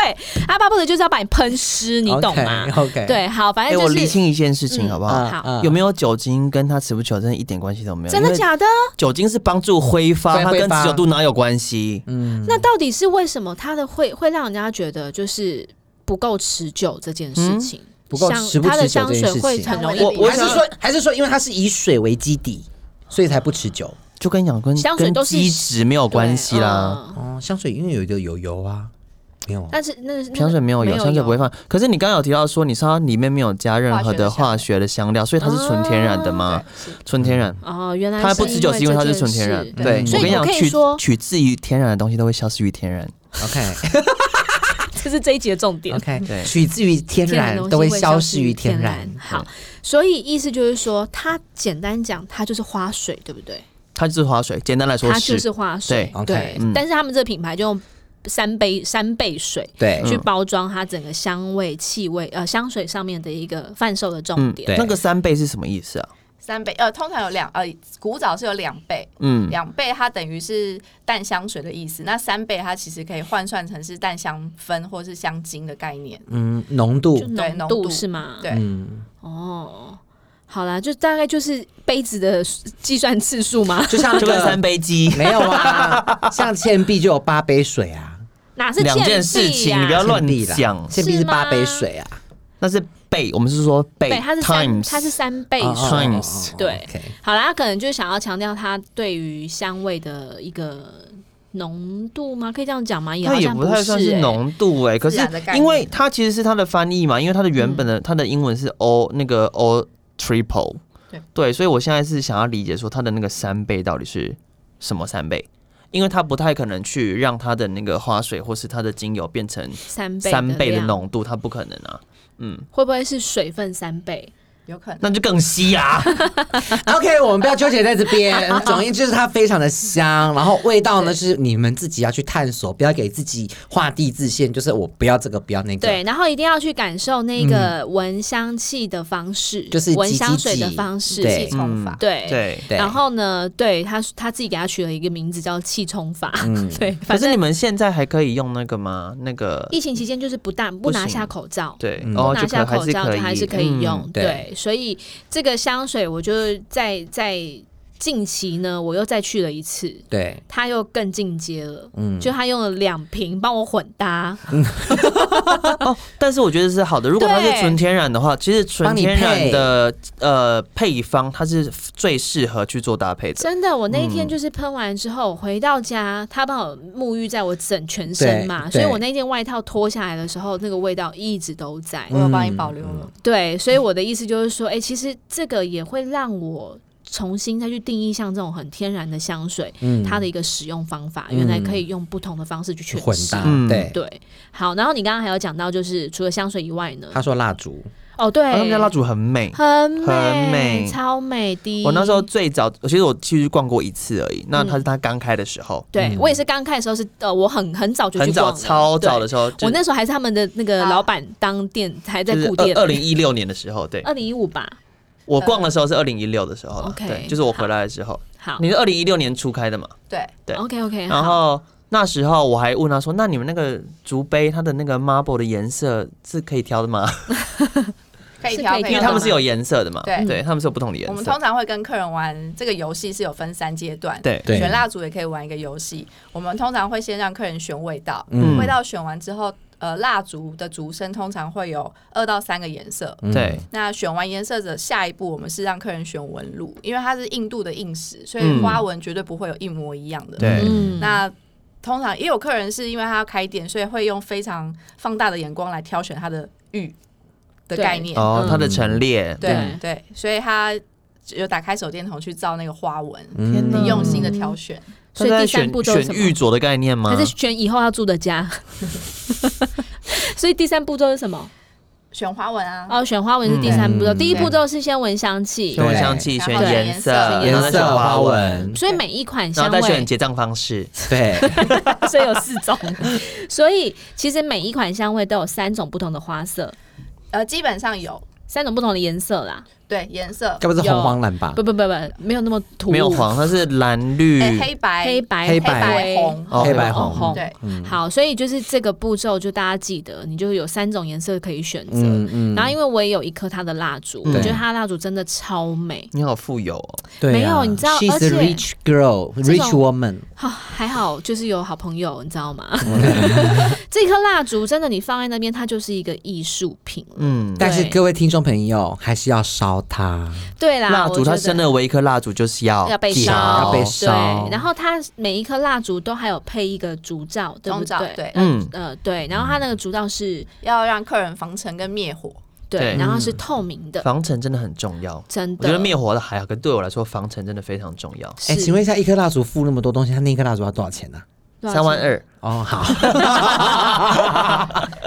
[SPEAKER 3] 他巴不得就是要把你喷湿，你懂吗
[SPEAKER 4] o k，
[SPEAKER 3] 对，好，反
[SPEAKER 2] 哎、
[SPEAKER 3] 正
[SPEAKER 2] 我
[SPEAKER 3] 就
[SPEAKER 2] 厘
[SPEAKER 3] 是、嗯
[SPEAKER 2] 清一件事情好不好？
[SPEAKER 3] 好
[SPEAKER 2] 有
[SPEAKER 4] 没
[SPEAKER 2] 没有酒精跟它持不久真的一点关系都没有？
[SPEAKER 3] 真的
[SPEAKER 2] 因为
[SPEAKER 3] 假的？
[SPEAKER 2] 酒精是帮助挥发，
[SPEAKER 4] 对
[SPEAKER 2] 它
[SPEAKER 4] 挥
[SPEAKER 2] 跟
[SPEAKER 4] 发嗯
[SPEAKER 2] 持久度哪有关系？
[SPEAKER 3] 那到底是为什么他的会会让人家觉得就是不够持久这件事情？
[SPEAKER 2] 嗯
[SPEAKER 4] 不够
[SPEAKER 3] 像
[SPEAKER 4] 持不
[SPEAKER 3] 它的
[SPEAKER 4] 持久
[SPEAKER 3] 香
[SPEAKER 4] 这件
[SPEAKER 3] 水
[SPEAKER 4] 事
[SPEAKER 3] 会
[SPEAKER 4] 情
[SPEAKER 3] 很容易
[SPEAKER 5] 我
[SPEAKER 4] 有？
[SPEAKER 5] 我
[SPEAKER 4] 还是说还是说因为它是以水为基底，所以才不持久？
[SPEAKER 2] 就跟你讲，跟
[SPEAKER 3] 香水
[SPEAKER 2] 跟
[SPEAKER 3] 都是
[SPEAKER 2] 基质没有关系啦。
[SPEAKER 3] 对嗯
[SPEAKER 4] 哦，香水因为有一个有油啊，没有啊，
[SPEAKER 3] 但是那那个
[SPEAKER 2] 香水没有
[SPEAKER 3] 嗯没
[SPEAKER 2] 油，
[SPEAKER 3] 有
[SPEAKER 2] 香水
[SPEAKER 3] 油
[SPEAKER 2] 不会放。可是你刚刚有提到说，你说它里面没有加任何的化
[SPEAKER 5] 化
[SPEAKER 2] 学的香料，所以它是纯天然的吗？
[SPEAKER 3] 嗯
[SPEAKER 5] 对，是
[SPEAKER 2] 纯天然，
[SPEAKER 3] 哦，原来
[SPEAKER 2] 它不持久是因为它是
[SPEAKER 3] 这件
[SPEAKER 2] 纯天然
[SPEAKER 3] 事。
[SPEAKER 4] 对
[SPEAKER 2] 我
[SPEAKER 4] 所以
[SPEAKER 2] 跟你
[SPEAKER 3] 我
[SPEAKER 2] 讲，
[SPEAKER 3] 可以
[SPEAKER 2] 取
[SPEAKER 3] 说
[SPEAKER 2] 取自于天然的东西都会消失于天然。
[SPEAKER 4] OK
[SPEAKER 3] 这是这一集的重点。
[SPEAKER 2] 对
[SPEAKER 4] OK，取自于天
[SPEAKER 3] 天然
[SPEAKER 4] 然
[SPEAKER 3] 的东西
[SPEAKER 4] 都
[SPEAKER 3] 会
[SPEAKER 4] 会消失于天然
[SPEAKER 3] 然。，好，所以意思就是说，它简单讲，它就是花水，对不对？
[SPEAKER 2] 它就是花水，简单来说，
[SPEAKER 3] 它就是是花水，
[SPEAKER 4] 对
[SPEAKER 3] 对
[SPEAKER 4] OK，。
[SPEAKER 2] 嗯
[SPEAKER 3] 但是他们这个品牌就用三杯三倍水
[SPEAKER 4] 对
[SPEAKER 3] 去包装它整个香味、气味，呃，香水上面的一个贩售的重
[SPEAKER 2] 嗯，
[SPEAKER 3] 点。
[SPEAKER 4] 对
[SPEAKER 2] 那个三倍是什么意思啊？
[SPEAKER 5] 三倍，呃，通常有两，呃，古早是有两倍，
[SPEAKER 2] 嗯，
[SPEAKER 5] 两倍它等于是淡香水的意思，那三倍它其实可以换算成是淡香氛或是香精的概念。
[SPEAKER 4] 嗯，浓度
[SPEAKER 3] 就
[SPEAKER 5] 对
[SPEAKER 3] 浓
[SPEAKER 5] 浓
[SPEAKER 3] 度
[SPEAKER 5] 度
[SPEAKER 3] 是吗？
[SPEAKER 5] 对，
[SPEAKER 4] 嗯，
[SPEAKER 3] 哦，好啦，就大概就是杯子的计算次数嘛，
[SPEAKER 4] 就像那
[SPEAKER 2] 就跟三
[SPEAKER 4] 个
[SPEAKER 2] 杯鸡
[SPEAKER 4] 没有啊，像倩碧就有八杯水啊，
[SPEAKER 3] 哪是
[SPEAKER 2] 两
[SPEAKER 3] 倩
[SPEAKER 2] 件事
[SPEAKER 3] 碧啊
[SPEAKER 2] 情
[SPEAKER 3] 呀
[SPEAKER 2] 你不要乱
[SPEAKER 4] 倩碧啦
[SPEAKER 2] 讲
[SPEAKER 4] 倩碧
[SPEAKER 3] 是
[SPEAKER 4] 是
[SPEAKER 3] 吗
[SPEAKER 4] 八杯水啊
[SPEAKER 2] 那是倍，我们是说倍
[SPEAKER 3] 对，它是三，
[SPEAKER 2] times，啊
[SPEAKER 3] 它是三倍
[SPEAKER 4] 哦
[SPEAKER 3] 数。
[SPEAKER 4] 哦哦哦
[SPEAKER 2] times
[SPEAKER 3] 对
[SPEAKER 4] OK
[SPEAKER 3] 好啦，他可能就是想要强调他对于香味的一个浓度吗？可以这样讲吗？也
[SPEAKER 2] 它
[SPEAKER 3] 好
[SPEAKER 2] 也
[SPEAKER 3] 像
[SPEAKER 2] 不太
[SPEAKER 3] 是、
[SPEAKER 2] 算是
[SPEAKER 3] 欸。
[SPEAKER 2] 浓度哎、可
[SPEAKER 5] 自
[SPEAKER 2] 是
[SPEAKER 5] 然的概念
[SPEAKER 2] 因为它其实是它的翻译嘛，因为它的原本的、
[SPEAKER 3] 嗯
[SPEAKER 2] 它的英文是 O 那个 O triple，
[SPEAKER 5] 对
[SPEAKER 2] 所以我现在是想要理解说它的那个三倍到底是什么三倍，因为它不太可能去让它的那个花水或是它的精油变成
[SPEAKER 3] 三倍
[SPEAKER 2] 三倍的
[SPEAKER 3] 量，
[SPEAKER 2] 浓度，它不可能啊，
[SPEAKER 3] 会不会是水分三倍？
[SPEAKER 5] 有可能。
[SPEAKER 2] 那就更稀啊。
[SPEAKER 4] OK，我们不要纠结在这边。总而言之，就是它非常的香，然后味道呢是你们自己要去探索，不要给自己画地自限，就是我不要这个，不要那个。
[SPEAKER 3] 对，，然后一定要去感受那个闻香气的方式，
[SPEAKER 4] 就是
[SPEAKER 3] 闻
[SPEAKER 4] 挤
[SPEAKER 3] 香
[SPEAKER 4] 挤
[SPEAKER 3] 水的
[SPEAKER 4] 挤
[SPEAKER 3] 方式，
[SPEAKER 4] 对
[SPEAKER 5] 气
[SPEAKER 2] 嗯
[SPEAKER 5] 冲法，
[SPEAKER 3] 对
[SPEAKER 2] 对。
[SPEAKER 4] 对
[SPEAKER 3] 然后呢，对他他自己给他取了一个名字叫气冲法， 对，
[SPEAKER 2] 可
[SPEAKER 3] 反
[SPEAKER 2] 是
[SPEAKER 3] 正
[SPEAKER 2] 你们现在还可以用那个吗？那个
[SPEAKER 3] 疫情期间就是不但不拿
[SPEAKER 2] 行
[SPEAKER 3] 下口罩。
[SPEAKER 2] 对，
[SPEAKER 4] 嗯
[SPEAKER 2] 然后
[SPEAKER 3] 拿
[SPEAKER 2] 哦就
[SPEAKER 3] 下
[SPEAKER 2] 可还
[SPEAKER 3] 口
[SPEAKER 2] 是
[SPEAKER 3] 罩
[SPEAKER 2] 可
[SPEAKER 3] 就
[SPEAKER 2] 以，嗯
[SPEAKER 3] 还是可以用，
[SPEAKER 4] 对
[SPEAKER 3] 对，所以这个香水我就在在近期呢，我又再去了一次，
[SPEAKER 4] 对，
[SPEAKER 3] 他又更进阶了，
[SPEAKER 4] 嗯，
[SPEAKER 3] 就他用了两瓶帮我混 搭，
[SPEAKER 2] 哦，但是我觉得是好的。如果它是
[SPEAKER 3] 对
[SPEAKER 2] 纯天然的话，其实纯
[SPEAKER 4] 帮你
[SPEAKER 2] 天然
[SPEAKER 4] 配
[SPEAKER 2] 的呃配方，它是最适合去做搭配的。
[SPEAKER 3] 真的，我那一
[SPEAKER 2] 嗯
[SPEAKER 3] 天就是喷完之后、回到家，他帮我沐浴在我整全身嘛，
[SPEAKER 4] 对
[SPEAKER 3] 所以
[SPEAKER 4] 对
[SPEAKER 3] 我那件外套脱下来的时候，那个味道一直都在。
[SPEAKER 5] 我有帮你
[SPEAKER 2] 嗯
[SPEAKER 5] 保留了。
[SPEAKER 3] 对，所以我的意思就是说，哎、其实这个也会让我。重新再去定义像这种很天然的香水，
[SPEAKER 4] 嗯
[SPEAKER 3] 它的一个使用方法，原来可以用不同的方式去
[SPEAKER 4] 去
[SPEAKER 3] 诠
[SPEAKER 4] 混
[SPEAKER 3] 释。
[SPEAKER 4] 搭，
[SPEAKER 2] 嗯
[SPEAKER 4] 对。
[SPEAKER 3] 对，好，然后你刚刚还有讲到，就是除了香水以外呢，
[SPEAKER 4] 他说蜡烛，
[SPEAKER 3] 哦，对，
[SPEAKER 2] 啊他们家蜡烛很美。
[SPEAKER 3] 很美，
[SPEAKER 2] 很美
[SPEAKER 3] 超美的。
[SPEAKER 2] 我那时候最早，其实我其实逛过一次而已。那它是它刚开的时候，
[SPEAKER 3] 嗯对、我也是刚开的时候是呃，我很很早就
[SPEAKER 2] 嗯
[SPEAKER 3] 去
[SPEAKER 2] 很早
[SPEAKER 3] 逛了
[SPEAKER 2] 超早的。时候，
[SPEAKER 3] 对我那时候还是他们的那个
[SPEAKER 5] 啊
[SPEAKER 3] 老板当店，还在
[SPEAKER 2] 就是
[SPEAKER 3] 顾店。
[SPEAKER 2] 二零一六年的时候，对
[SPEAKER 3] 二零一五吧，
[SPEAKER 2] 我逛的时候是二零一六的时候啦
[SPEAKER 3] OK，
[SPEAKER 2] 对，就是我回来的时候。
[SPEAKER 3] 好
[SPEAKER 2] 你是二零一六年初开的嘛？
[SPEAKER 5] 对，
[SPEAKER 2] 对
[SPEAKER 3] ，OK OK，
[SPEAKER 2] 然后那时候我还问他说：“那你们那个竹杯它的那个 marble 的颜色是可以挑的吗？
[SPEAKER 5] 可以
[SPEAKER 3] 是
[SPEAKER 5] 挑
[SPEAKER 3] 可以，
[SPEAKER 5] 可以
[SPEAKER 2] 因为
[SPEAKER 5] 挑
[SPEAKER 2] 他们
[SPEAKER 5] 的
[SPEAKER 2] 是有颜色的嘛，
[SPEAKER 5] 对
[SPEAKER 2] 对，他们是有不同的
[SPEAKER 5] 我
[SPEAKER 2] 颜
[SPEAKER 5] 们
[SPEAKER 2] 色
[SPEAKER 5] 通。常会跟客人玩这个游戏是有分三阶段，
[SPEAKER 2] 对
[SPEAKER 4] 对
[SPEAKER 5] 选蜡烛也可以玩一个游戏。我们通常会先让客人选味道，
[SPEAKER 2] 嗯
[SPEAKER 5] 味道选完之后，呃，蜡烛的烛身通常会有二到三个颜色。
[SPEAKER 4] 嗯
[SPEAKER 2] 对，
[SPEAKER 5] 那选完颜色的下一步，我们是让客人选纹路，因为它是印度的印石，所以
[SPEAKER 2] 嗯
[SPEAKER 5] 花纹绝对不会有一模一样的。
[SPEAKER 2] 对
[SPEAKER 3] 嗯，
[SPEAKER 5] 那通常也有客人是因为他要开店，所以会用非常放大的眼光来挑选他的玉的
[SPEAKER 3] 对
[SPEAKER 5] 概念。
[SPEAKER 2] 哦，
[SPEAKER 3] 嗯
[SPEAKER 2] 它的陈列，
[SPEAKER 5] 对
[SPEAKER 3] 嗯
[SPEAKER 5] 对，所以他有打开手电筒去照那个花纹，
[SPEAKER 2] 嗯
[SPEAKER 4] 嗯
[SPEAKER 2] 天哪
[SPEAKER 5] 很用心的挑选。
[SPEAKER 3] 所以
[SPEAKER 2] 他
[SPEAKER 3] 第
[SPEAKER 2] 在
[SPEAKER 3] 三
[SPEAKER 2] 选
[SPEAKER 3] 步骤是
[SPEAKER 2] 选
[SPEAKER 3] 什
[SPEAKER 2] 玉
[SPEAKER 3] 么？
[SPEAKER 2] 镯的概念吗
[SPEAKER 3] 还？是选以后要住的家？ 所以第三步骤是什么？
[SPEAKER 5] 选花纹啊，
[SPEAKER 3] 哦，选花纹是第三步骤，
[SPEAKER 4] 嗯
[SPEAKER 3] 第一步骤是先闻香气
[SPEAKER 2] 选，
[SPEAKER 4] 对
[SPEAKER 2] 闻香气，
[SPEAKER 5] 然
[SPEAKER 2] 选
[SPEAKER 5] 后
[SPEAKER 2] 颜色，
[SPEAKER 5] 选
[SPEAKER 2] 然后
[SPEAKER 4] 颜
[SPEAKER 2] 再
[SPEAKER 4] 色、
[SPEAKER 2] 选
[SPEAKER 4] 花
[SPEAKER 2] 花
[SPEAKER 4] 纹，
[SPEAKER 3] 所以每一款
[SPEAKER 2] 然
[SPEAKER 3] 香
[SPEAKER 2] 后再选
[SPEAKER 3] 味，
[SPEAKER 2] 结账方式。
[SPEAKER 4] 对，
[SPEAKER 3] 所以有四种， 所以其实每一款香味都有三种不同的花色，
[SPEAKER 5] 呃，基本上有
[SPEAKER 3] 三种不同的颜色啦。
[SPEAKER 5] 对颜色，
[SPEAKER 4] 该不是红黄蓝吧
[SPEAKER 3] 不？不不不，没有那么突兀，
[SPEAKER 2] 没有黄，它是蓝绿
[SPEAKER 5] 哎，黑白
[SPEAKER 3] 哦黑白
[SPEAKER 4] 黑
[SPEAKER 5] 白
[SPEAKER 3] 灰
[SPEAKER 5] 红，
[SPEAKER 2] 哦
[SPEAKER 4] 黑白哦
[SPEAKER 3] 红
[SPEAKER 4] 红，
[SPEAKER 5] 对，
[SPEAKER 2] 嗯
[SPEAKER 3] 好，所以就是这个步骤，就大家记得，你就是有三种颜色可以选择。
[SPEAKER 4] 嗯嗯，
[SPEAKER 3] 然后，因为我也有一颗它的蜡烛，
[SPEAKER 2] 嗯
[SPEAKER 3] 我
[SPEAKER 4] 对
[SPEAKER 3] 觉得它的蜡烛真的超美。
[SPEAKER 2] 你好富有哦，
[SPEAKER 4] 对啊
[SPEAKER 3] 没有你知道而
[SPEAKER 4] ，She's
[SPEAKER 3] 且
[SPEAKER 4] a rich girl,
[SPEAKER 3] 这
[SPEAKER 4] rich
[SPEAKER 3] 种
[SPEAKER 4] woman，
[SPEAKER 3] 哈、还好就是有好朋友，你知道吗？ 这颗蜡烛真的，你放在那边，它就是一个艺术品了。
[SPEAKER 2] 嗯。
[SPEAKER 4] 但是
[SPEAKER 3] 对
[SPEAKER 4] 各位听众朋友还是要烧它，
[SPEAKER 3] 对啦，
[SPEAKER 2] 蜡烛
[SPEAKER 3] 我觉
[SPEAKER 2] 它
[SPEAKER 3] 得
[SPEAKER 2] 真的唯一颗蜡烛就是要
[SPEAKER 3] 要被
[SPEAKER 2] 点
[SPEAKER 3] 烧，
[SPEAKER 4] 要被烧
[SPEAKER 3] 对，然后它每一颗蜡烛都还有配一个烛罩，对不
[SPEAKER 5] 中照
[SPEAKER 3] 对？
[SPEAKER 5] 对，
[SPEAKER 2] 嗯，
[SPEAKER 3] 呃，对，然后它那个烛罩是
[SPEAKER 5] 要让客人防尘跟灭火。
[SPEAKER 3] 对，
[SPEAKER 2] 对
[SPEAKER 3] 然后是透明的，
[SPEAKER 2] 防尘真的很重要。
[SPEAKER 3] 真
[SPEAKER 2] 我觉
[SPEAKER 3] 的
[SPEAKER 2] 得灭火的还好，可对我来说防尘真的非常重要。
[SPEAKER 4] 哎，
[SPEAKER 3] 是
[SPEAKER 4] 请问一下，一颗蜡烛附那么多东西，它那一颗蜡烛要多少钱呢？
[SPEAKER 3] 多少
[SPEAKER 2] 三万
[SPEAKER 3] 钱
[SPEAKER 2] 二，
[SPEAKER 4] 哦，好，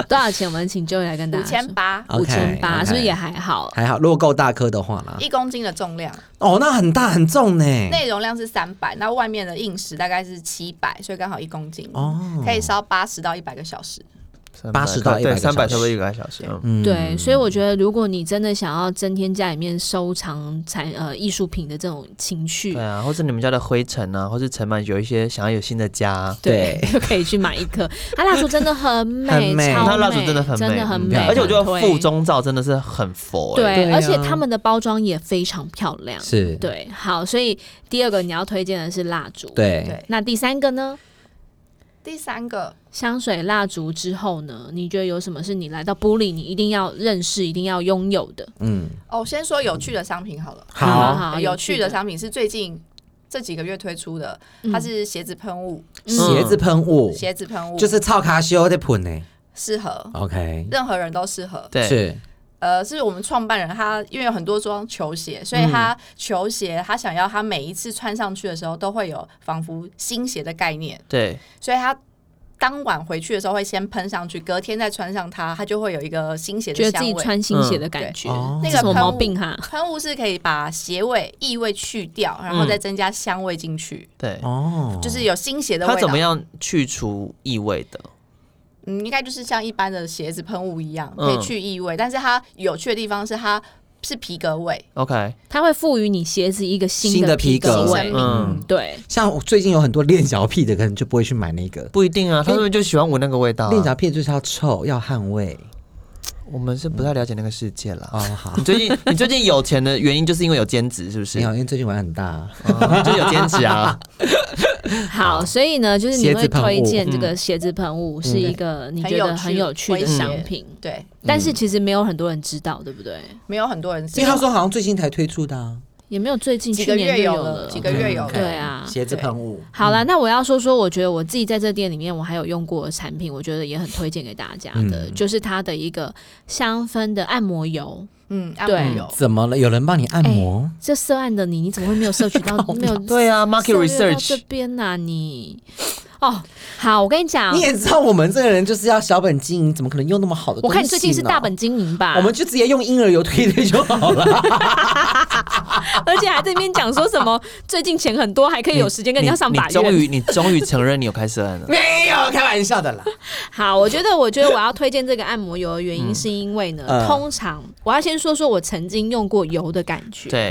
[SPEAKER 3] 多少钱？我们请 Joey 来跟大
[SPEAKER 5] 五
[SPEAKER 3] 家说
[SPEAKER 5] 千。八，
[SPEAKER 3] 五千
[SPEAKER 4] OK，
[SPEAKER 3] 八
[SPEAKER 4] OK
[SPEAKER 3] 是不是也还好？
[SPEAKER 4] 还好，如果够大颗的话啦。
[SPEAKER 5] 一公斤的重量，
[SPEAKER 4] 哦，那很大很重呢。
[SPEAKER 5] 内容量是三百，那外面的硬石大概是七百，所以刚好一公斤，
[SPEAKER 4] 哦
[SPEAKER 5] 可以烧八十到一百个小时。
[SPEAKER 4] 80到100
[SPEAKER 2] 对
[SPEAKER 4] 个
[SPEAKER 2] 三百
[SPEAKER 4] 小时
[SPEAKER 2] 差不多一个小时。嗯，
[SPEAKER 4] 嗯
[SPEAKER 3] 对，所以我觉得，如果你真的想要增添家里面收藏产呃艺术品的这种情趣
[SPEAKER 2] 对，啊，或者你们家的灰尘啊，或是尘螨，有一些想要有新的家啊，
[SPEAKER 3] 对， 就可以去买一颗。它蜡烛真的很美，
[SPEAKER 4] 很美
[SPEAKER 3] 超
[SPEAKER 2] 它蜡烛真的很
[SPEAKER 3] 美，哦真
[SPEAKER 2] 美
[SPEAKER 3] 的很
[SPEAKER 4] 嗯
[SPEAKER 3] 美。
[SPEAKER 4] 对
[SPEAKER 2] 而且我觉得
[SPEAKER 3] 很推
[SPEAKER 2] 附中照真的是很佛欸。
[SPEAKER 3] 对，
[SPEAKER 4] 对啊
[SPEAKER 3] 而且他们的包装也非常漂亮。
[SPEAKER 4] 是，
[SPEAKER 3] 对，好，所以第二个你要推荐的是蜡烛。，
[SPEAKER 4] 对，
[SPEAKER 5] 对，
[SPEAKER 3] 那第三个呢？
[SPEAKER 5] 第三个
[SPEAKER 3] 香水蜡烛之后呢？你觉得有什么是你来到玻璃你一定要认识、一定要拥有的？
[SPEAKER 4] 嗯，
[SPEAKER 5] 哦，先说有趣的商品好了。
[SPEAKER 3] 好
[SPEAKER 4] 好，
[SPEAKER 3] 好
[SPEAKER 5] 有趣的商品是最近这几个月推出的，它是鞋子喷雾，
[SPEAKER 2] 嗯
[SPEAKER 4] 鞋子喷雾
[SPEAKER 5] 鞋子喷雾
[SPEAKER 4] 哦就是哦操卡修的喷呢。
[SPEAKER 5] 适合
[SPEAKER 4] OK，
[SPEAKER 5] 任何人都适合。
[SPEAKER 2] 对，
[SPEAKER 4] 是，
[SPEAKER 5] 呃，是我们创办人他因为有很多双球鞋，所以他球鞋他想要他每一次穿上去的时候都会有仿佛新鞋的概念，
[SPEAKER 2] 对，
[SPEAKER 5] 所以他。当晚回去的时候会先喷上去，隔天再穿上它，它就会有一个新鞋
[SPEAKER 3] 觉
[SPEAKER 5] 的
[SPEAKER 3] 得
[SPEAKER 5] 香
[SPEAKER 3] 自己
[SPEAKER 5] 味。
[SPEAKER 3] 穿新鞋的感觉，
[SPEAKER 4] 嗯对哦
[SPEAKER 5] 那
[SPEAKER 3] 这
[SPEAKER 5] 个
[SPEAKER 3] 什么
[SPEAKER 5] 喷
[SPEAKER 3] 毛
[SPEAKER 5] 雾
[SPEAKER 3] 病啊哈？
[SPEAKER 5] 喷雾是可以把鞋味、异味去掉，然后
[SPEAKER 2] 嗯
[SPEAKER 5] 再增加香味进去，
[SPEAKER 2] 对，
[SPEAKER 4] 哦，
[SPEAKER 5] 就是有新鞋的味
[SPEAKER 2] 它
[SPEAKER 5] 道。
[SPEAKER 2] 怎么样去除异味的？
[SPEAKER 5] 嗯，应该就是像一般的鞋子喷雾一样，
[SPEAKER 2] 嗯
[SPEAKER 5] 可以去异味。但是它有趣的地方是它是皮革味，
[SPEAKER 2] OK，
[SPEAKER 3] 它会赋予你鞋子一个新
[SPEAKER 4] 新的皮
[SPEAKER 3] 皮
[SPEAKER 4] 革
[SPEAKER 3] 革味。
[SPEAKER 5] 味
[SPEAKER 2] 嗯，
[SPEAKER 3] 对，
[SPEAKER 4] 像我最近有很多恋脚癖的，可能就不会去买那个。
[SPEAKER 2] 不一定啊，他们就喜欢闻那个味道、
[SPEAKER 4] 恋脚
[SPEAKER 2] 啊。
[SPEAKER 4] 癖就是要臭，要汗味。
[SPEAKER 2] 我们是不太了解那个世界啦。
[SPEAKER 4] 哦，好
[SPEAKER 2] 你，最 近你最近有钱的原因就是因为有兼职，是不是
[SPEAKER 4] 没？有，因为最近玩很大。
[SPEAKER 2] 哦就是有兼职 啊。
[SPEAKER 3] 好，所以呢，就是
[SPEAKER 4] 鞋
[SPEAKER 3] 你
[SPEAKER 4] 子
[SPEAKER 3] 会
[SPEAKER 4] 喷
[SPEAKER 3] 推
[SPEAKER 4] 雾嗯
[SPEAKER 3] 荐这个鞋子喷雾是一个你觉得很有趣的商品，
[SPEAKER 5] 对，
[SPEAKER 4] 嗯
[SPEAKER 3] 但是其实没有很多人知道，对不对？
[SPEAKER 5] 没有很多人知
[SPEAKER 4] 因为他
[SPEAKER 5] 道。
[SPEAKER 4] 说好像最近才推出的、啊，
[SPEAKER 3] 也没有最近
[SPEAKER 5] 几
[SPEAKER 3] 去
[SPEAKER 5] 个
[SPEAKER 3] 年
[SPEAKER 5] 月
[SPEAKER 3] 就
[SPEAKER 5] 有
[SPEAKER 3] 了，
[SPEAKER 5] 几个
[SPEAKER 4] 嗯
[SPEAKER 5] 月有了。
[SPEAKER 3] 对啊
[SPEAKER 4] 鞋子喷雾。
[SPEAKER 3] 好了，那我要说说，我觉得我自己在这店里面，我还有用过的产品，我觉得也很推荐给大家的，
[SPEAKER 4] 嗯
[SPEAKER 3] 就是它的一个香氛的按摩油。
[SPEAKER 5] 嗯，按
[SPEAKER 3] 对
[SPEAKER 5] 摩油。
[SPEAKER 4] 怎么了？有人帮你按摩？
[SPEAKER 3] 这涉案的你，你怎么会没有摄取 到？
[SPEAKER 4] 哦
[SPEAKER 3] 没有
[SPEAKER 2] 对啊，market
[SPEAKER 3] 涉猎到
[SPEAKER 2] research
[SPEAKER 3] 这边呐、你哦，好，我跟你讲
[SPEAKER 4] 你，也知道我们这个人就是要小本经营，怎么可能用那么好的？
[SPEAKER 3] 我看你最近
[SPEAKER 4] 哦
[SPEAKER 3] 是大本，经营啊吧，
[SPEAKER 4] 我们就直接用婴儿油推一推就 好了。
[SPEAKER 3] 而且还在那边讲说什 么最近钱很多，还可以 有时间跟人家上法
[SPEAKER 2] 你终
[SPEAKER 3] 院。
[SPEAKER 2] 于你终于承认你有开涉 案了。
[SPEAKER 4] 没有，开玩笑的啦。
[SPEAKER 3] 好，我觉得我觉得我要推荐这个按摩油的原
[SPEAKER 2] 嗯
[SPEAKER 3] 因，是因为呢，
[SPEAKER 4] 呃
[SPEAKER 3] 通常我要先说说我曾经用过油的感觉。
[SPEAKER 2] 对，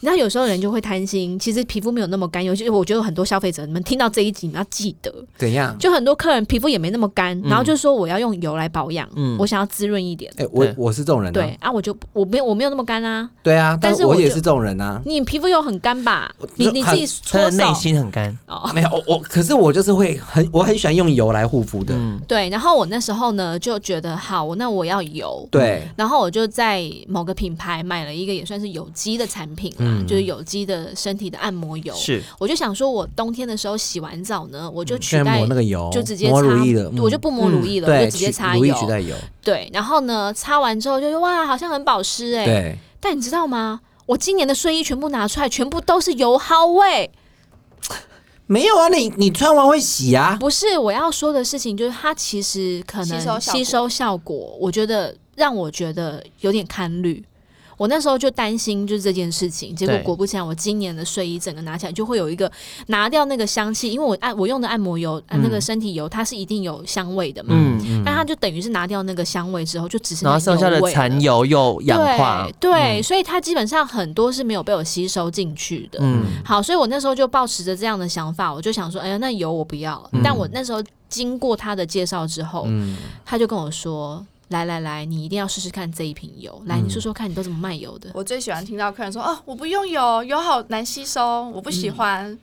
[SPEAKER 3] 你知道有时候人就会贪心，其实皮肤没有那么干，尤其是我觉得有很多消费者，你们听到这一集你们要记得，
[SPEAKER 2] 嗯
[SPEAKER 4] 怎样？
[SPEAKER 3] 就很多客人皮肤也没那么干，然后就说我要用油来保养，
[SPEAKER 2] 嗯
[SPEAKER 3] 我想要滋润一点。
[SPEAKER 4] 哎、我
[SPEAKER 2] 对
[SPEAKER 4] 我是这种人、啊，
[SPEAKER 3] 对啊，我就我没有我没有那么干啊，
[SPEAKER 4] 对啊，
[SPEAKER 3] 但
[SPEAKER 4] 但
[SPEAKER 3] 是
[SPEAKER 4] 我
[SPEAKER 3] 我
[SPEAKER 4] 也
[SPEAKER 3] 就是
[SPEAKER 4] 这种人啊。
[SPEAKER 3] 你皮肤又很干吧？你你自己
[SPEAKER 2] 他
[SPEAKER 3] 搓
[SPEAKER 2] 的
[SPEAKER 3] 手
[SPEAKER 2] 内，心很干。
[SPEAKER 3] 哦
[SPEAKER 4] 没有，我我可是我就是会很，我很喜欢用油来护肤的。
[SPEAKER 2] 嗯，
[SPEAKER 3] 对，然后我那时候呢就觉得好，那我要油。
[SPEAKER 4] 对，
[SPEAKER 3] 然后我就在某个品牌买了一个也算是有机的产品啦，
[SPEAKER 4] 嗯
[SPEAKER 3] 就是有机的身体的按摩油。
[SPEAKER 2] 是
[SPEAKER 3] 我就想说，我冬天的时候洗完澡呢，我就取
[SPEAKER 4] 现在
[SPEAKER 3] 代
[SPEAKER 4] 嗯抹那个油，
[SPEAKER 3] 就直接擦
[SPEAKER 4] 抹乳液了，嗯
[SPEAKER 3] 我就不抹乳液了，我
[SPEAKER 4] 对，
[SPEAKER 3] 就直接
[SPEAKER 4] 取
[SPEAKER 3] 擦
[SPEAKER 4] 乳液
[SPEAKER 3] 油。
[SPEAKER 4] 取代油，
[SPEAKER 3] 对，然后呢，擦完之后就说哇，好像很保湿哎、
[SPEAKER 4] 对，
[SPEAKER 3] 但你知道吗？我今年的睡衣全部拿出来，全部都是油耗味。
[SPEAKER 4] 没有啊，你你穿完会洗啊，
[SPEAKER 3] 不是我要说的事情，就是它其实可
[SPEAKER 5] 吸收
[SPEAKER 3] 能
[SPEAKER 5] 效果
[SPEAKER 3] 吸收效果，我觉得让我觉得有点堪虑。我那时候就担心就是这件事情，结果
[SPEAKER 2] 对
[SPEAKER 3] 果不其然，我今年的睡衣整个拿起来就会有一个拿掉那个香气，因为我按我用的按摩油、呃那个身体油，它是一定有香味的嘛。
[SPEAKER 2] 嗯
[SPEAKER 3] 但它就等于是拿掉那个香味之后，就只剩
[SPEAKER 2] 然后
[SPEAKER 3] 下
[SPEAKER 2] 剩下的
[SPEAKER 3] 油味了
[SPEAKER 2] 残油又氧化。
[SPEAKER 3] 对，对
[SPEAKER 4] 嗯
[SPEAKER 3] 所以它基本上很多是没有被我吸收进去的。
[SPEAKER 2] 嗯，
[SPEAKER 3] 好，所以我那时候就抱持着这样的想法，我就想说，哎呀，那油我不要。但我那时候经过他的介绍之后，
[SPEAKER 4] 嗯，
[SPEAKER 3] 他就跟我说。来来来，你一定要试试看这一瓶油。来，你说说看，你都怎么卖油的？
[SPEAKER 5] 我最喜欢听到客人说：“哦，我不用油，油好难吸收，我不喜
[SPEAKER 2] 嗯
[SPEAKER 5] 欢。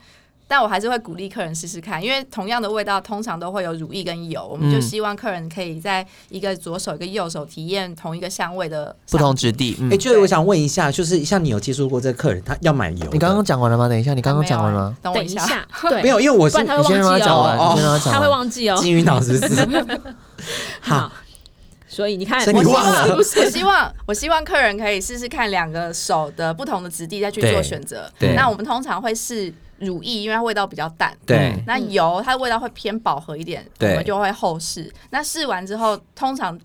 [SPEAKER 5] 但我还是会鼓励客人试试看，因为同样的味道通常都会有乳液跟油，我们就
[SPEAKER 2] 嗯
[SPEAKER 5] 希望客人可以在一个左手一个右手体验同一个香味的
[SPEAKER 2] 不
[SPEAKER 5] 香
[SPEAKER 2] 同质地。嗯
[SPEAKER 4] 哎、，就是我想问一下，就是像你有接触过这个客人，他要买油的，
[SPEAKER 2] 你刚刚讲完了吗？等一下，你刚刚讲完了吗？
[SPEAKER 5] 没有欸等我
[SPEAKER 3] 等
[SPEAKER 5] 一
[SPEAKER 3] 一
[SPEAKER 5] 下。
[SPEAKER 3] 下，对，
[SPEAKER 4] 没有，因为我是
[SPEAKER 3] 不然他
[SPEAKER 2] 你
[SPEAKER 3] 会
[SPEAKER 2] 先让
[SPEAKER 3] 忘
[SPEAKER 2] 他
[SPEAKER 3] 记
[SPEAKER 2] 讲完，
[SPEAKER 4] 哦
[SPEAKER 2] 你先让他讲
[SPEAKER 3] 他
[SPEAKER 2] 完。
[SPEAKER 3] 会忘记哦。
[SPEAKER 4] 金鱼脑是不是？
[SPEAKER 3] 好，所以你看，
[SPEAKER 4] 所以你
[SPEAKER 3] 我希
[SPEAKER 4] 忘
[SPEAKER 3] 望
[SPEAKER 4] 了
[SPEAKER 3] 是不是
[SPEAKER 5] 我希望，我希望客人可以试试看两个手的不同的质地，再去做
[SPEAKER 4] 对
[SPEAKER 5] 选择。
[SPEAKER 4] 对
[SPEAKER 5] 那我们通常会试乳液，因为它味道比较淡。
[SPEAKER 2] 嗯
[SPEAKER 4] 对，
[SPEAKER 5] 那油它的味道会偏饱和一点，我
[SPEAKER 4] 对
[SPEAKER 5] 们就会后试。那试完之后，通常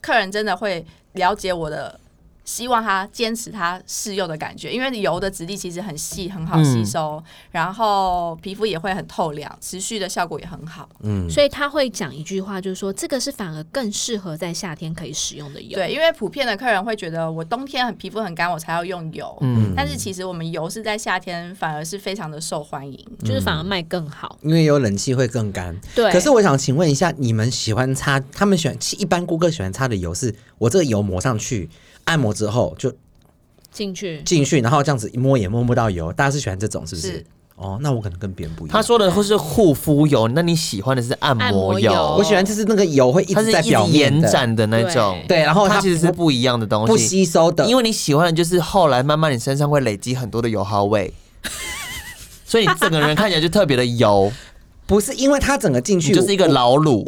[SPEAKER 5] 客人真的会了解我的。希望他坚持他试用的感觉，因为油的质地其实很细，很好吸收，然后皮肤也会很透亮，持续的效果也很好。
[SPEAKER 4] 嗯，
[SPEAKER 3] 所以他会讲一句话，就是说这个是反而更适合在夏天可以使用的油。
[SPEAKER 5] 对，因为普遍的客人会觉得我冬天很皮肤很干，我才要用油。
[SPEAKER 2] 嗯，
[SPEAKER 5] 但是其实我们油是在夏天反而是非常的受欢迎。
[SPEAKER 3] 就是反而卖更好。
[SPEAKER 4] 因为有冷气会更干。
[SPEAKER 3] 对，
[SPEAKER 4] 可是我想请问一下，你们喜欢擦，他们喜欢，一般顾客喜欢擦的油是，我这个油抹上去，按摩之后就
[SPEAKER 3] 进去
[SPEAKER 4] 进去，然后这样子一摸也摸不到油，大家是喜欢这种是不是？
[SPEAKER 5] 是
[SPEAKER 4] 哦，那我可能跟别人
[SPEAKER 3] 啊
[SPEAKER 4] 不一样。
[SPEAKER 2] 他说的会是护肤油，那你喜欢的是按
[SPEAKER 3] 按
[SPEAKER 2] 摩
[SPEAKER 3] 摩
[SPEAKER 2] 油
[SPEAKER 3] 油
[SPEAKER 4] 我，喜欢就是那个油会一
[SPEAKER 2] 它
[SPEAKER 4] 直
[SPEAKER 2] 是
[SPEAKER 4] 在
[SPEAKER 2] 一直
[SPEAKER 4] 表面
[SPEAKER 2] 延
[SPEAKER 4] 的，
[SPEAKER 2] 展的那种
[SPEAKER 3] 对。
[SPEAKER 4] 对，然后
[SPEAKER 2] 它其实是
[SPEAKER 4] 不
[SPEAKER 2] 不一样的东
[SPEAKER 4] 不
[SPEAKER 2] 西，
[SPEAKER 4] 吸收的，
[SPEAKER 2] 因
[SPEAKER 4] 为
[SPEAKER 2] 为你喜欢的就是后来慢慢你身上 会累积很多的油耗味，所以你整个人看起来就特别的油。
[SPEAKER 4] 不是因为他整个进去
[SPEAKER 2] 你就是一个
[SPEAKER 4] 我
[SPEAKER 2] 老卤，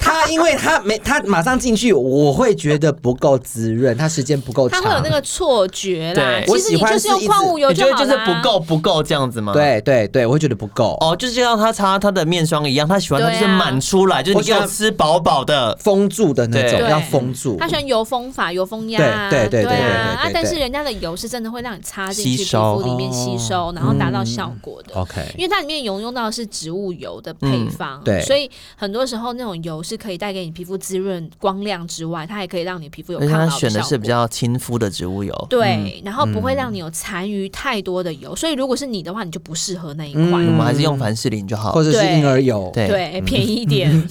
[SPEAKER 4] 他因为他没他马上进去，我会觉得不够滋润，他时间不够
[SPEAKER 3] 他
[SPEAKER 4] 长。
[SPEAKER 3] 会有那个错觉啦
[SPEAKER 2] 对。
[SPEAKER 3] 其实你就是用矿物油
[SPEAKER 2] 你觉得
[SPEAKER 3] 好
[SPEAKER 2] 就是
[SPEAKER 3] 啦
[SPEAKER 2] 不够不够这样子吗？。
[SPEAKER 4] 对对对，我会觉得不够。
[SPEAKER 2] 嗯哦，就是像他擦他的面霜一样，他喜欢他就是
[SPEAKER 3] 对啊
[SPEAKER 2] 满出来，就是
[SPEAKER 4] 我
[SPEAKER 2] 你给
[SPEAKER 4] 喜
[SPEAKER 2] 我
[SPEAKER 4] 欢
[SPEAKER 2] 吃饱饱的。
[SPEAKER 4] 封住的那种，
[SPEAKER 2] 对
[SPEAKER 4] 要封住。
[SPEAKER 3] 他喜欢油封法、油封压啊，
[SPEAKER 4] 对对对对
[SPEAKER 3] 啊
[SPEAKER 4] 对对对
[SPEAKER 3] 啊！
[SPEAKER 4] 对
[SPEAKER 3] 但是人家的油是真的会让你插进去
[SPEAKER 2] 吸
[SPEAKER 3] 皮
[SPEAKER 2] 收
[SPEAKER 3] 肤里面吸收，然后达到效果的。因
[SPEAKER 4] 嗯 OK，
[SPEAKER 3] 为它里面有用到的是植物油的配方，
[SPEAKER 4] 对
[SPEAKER 3] 所以很多时候那种油是可以带给你皮肤滋润、光亮之外，它还可以让你皮肤有
[SPEAKER 2] 而且
[SPEAKER 3] 抗老
[SPEAKER 2] 他
[SPEAKER 3] 的
[SPEAKER 2] 哎选的
[SPEAKER 3] 效
[SPEAKER 2] 是
[SPEAKER 3] 果
[SPEAKER 2] 比较亲肤的植物油，
[SPEAKER 3] 对，然后不会让你有残余太多的油，所以如果是你的话，你就不适合那一
[SPEAKER 4] 嗯
[SPEAKER 3] 款。
[SPEAKER 2] 我们还是用凡士林就好
[SPEAKER 4] 或。者是
[SPEAKER 3] 对
[SPEAKER 4] 婴儿油，
[SPEAKER 2] 对嗯
[SPEAKER 3] 对，便宜一点，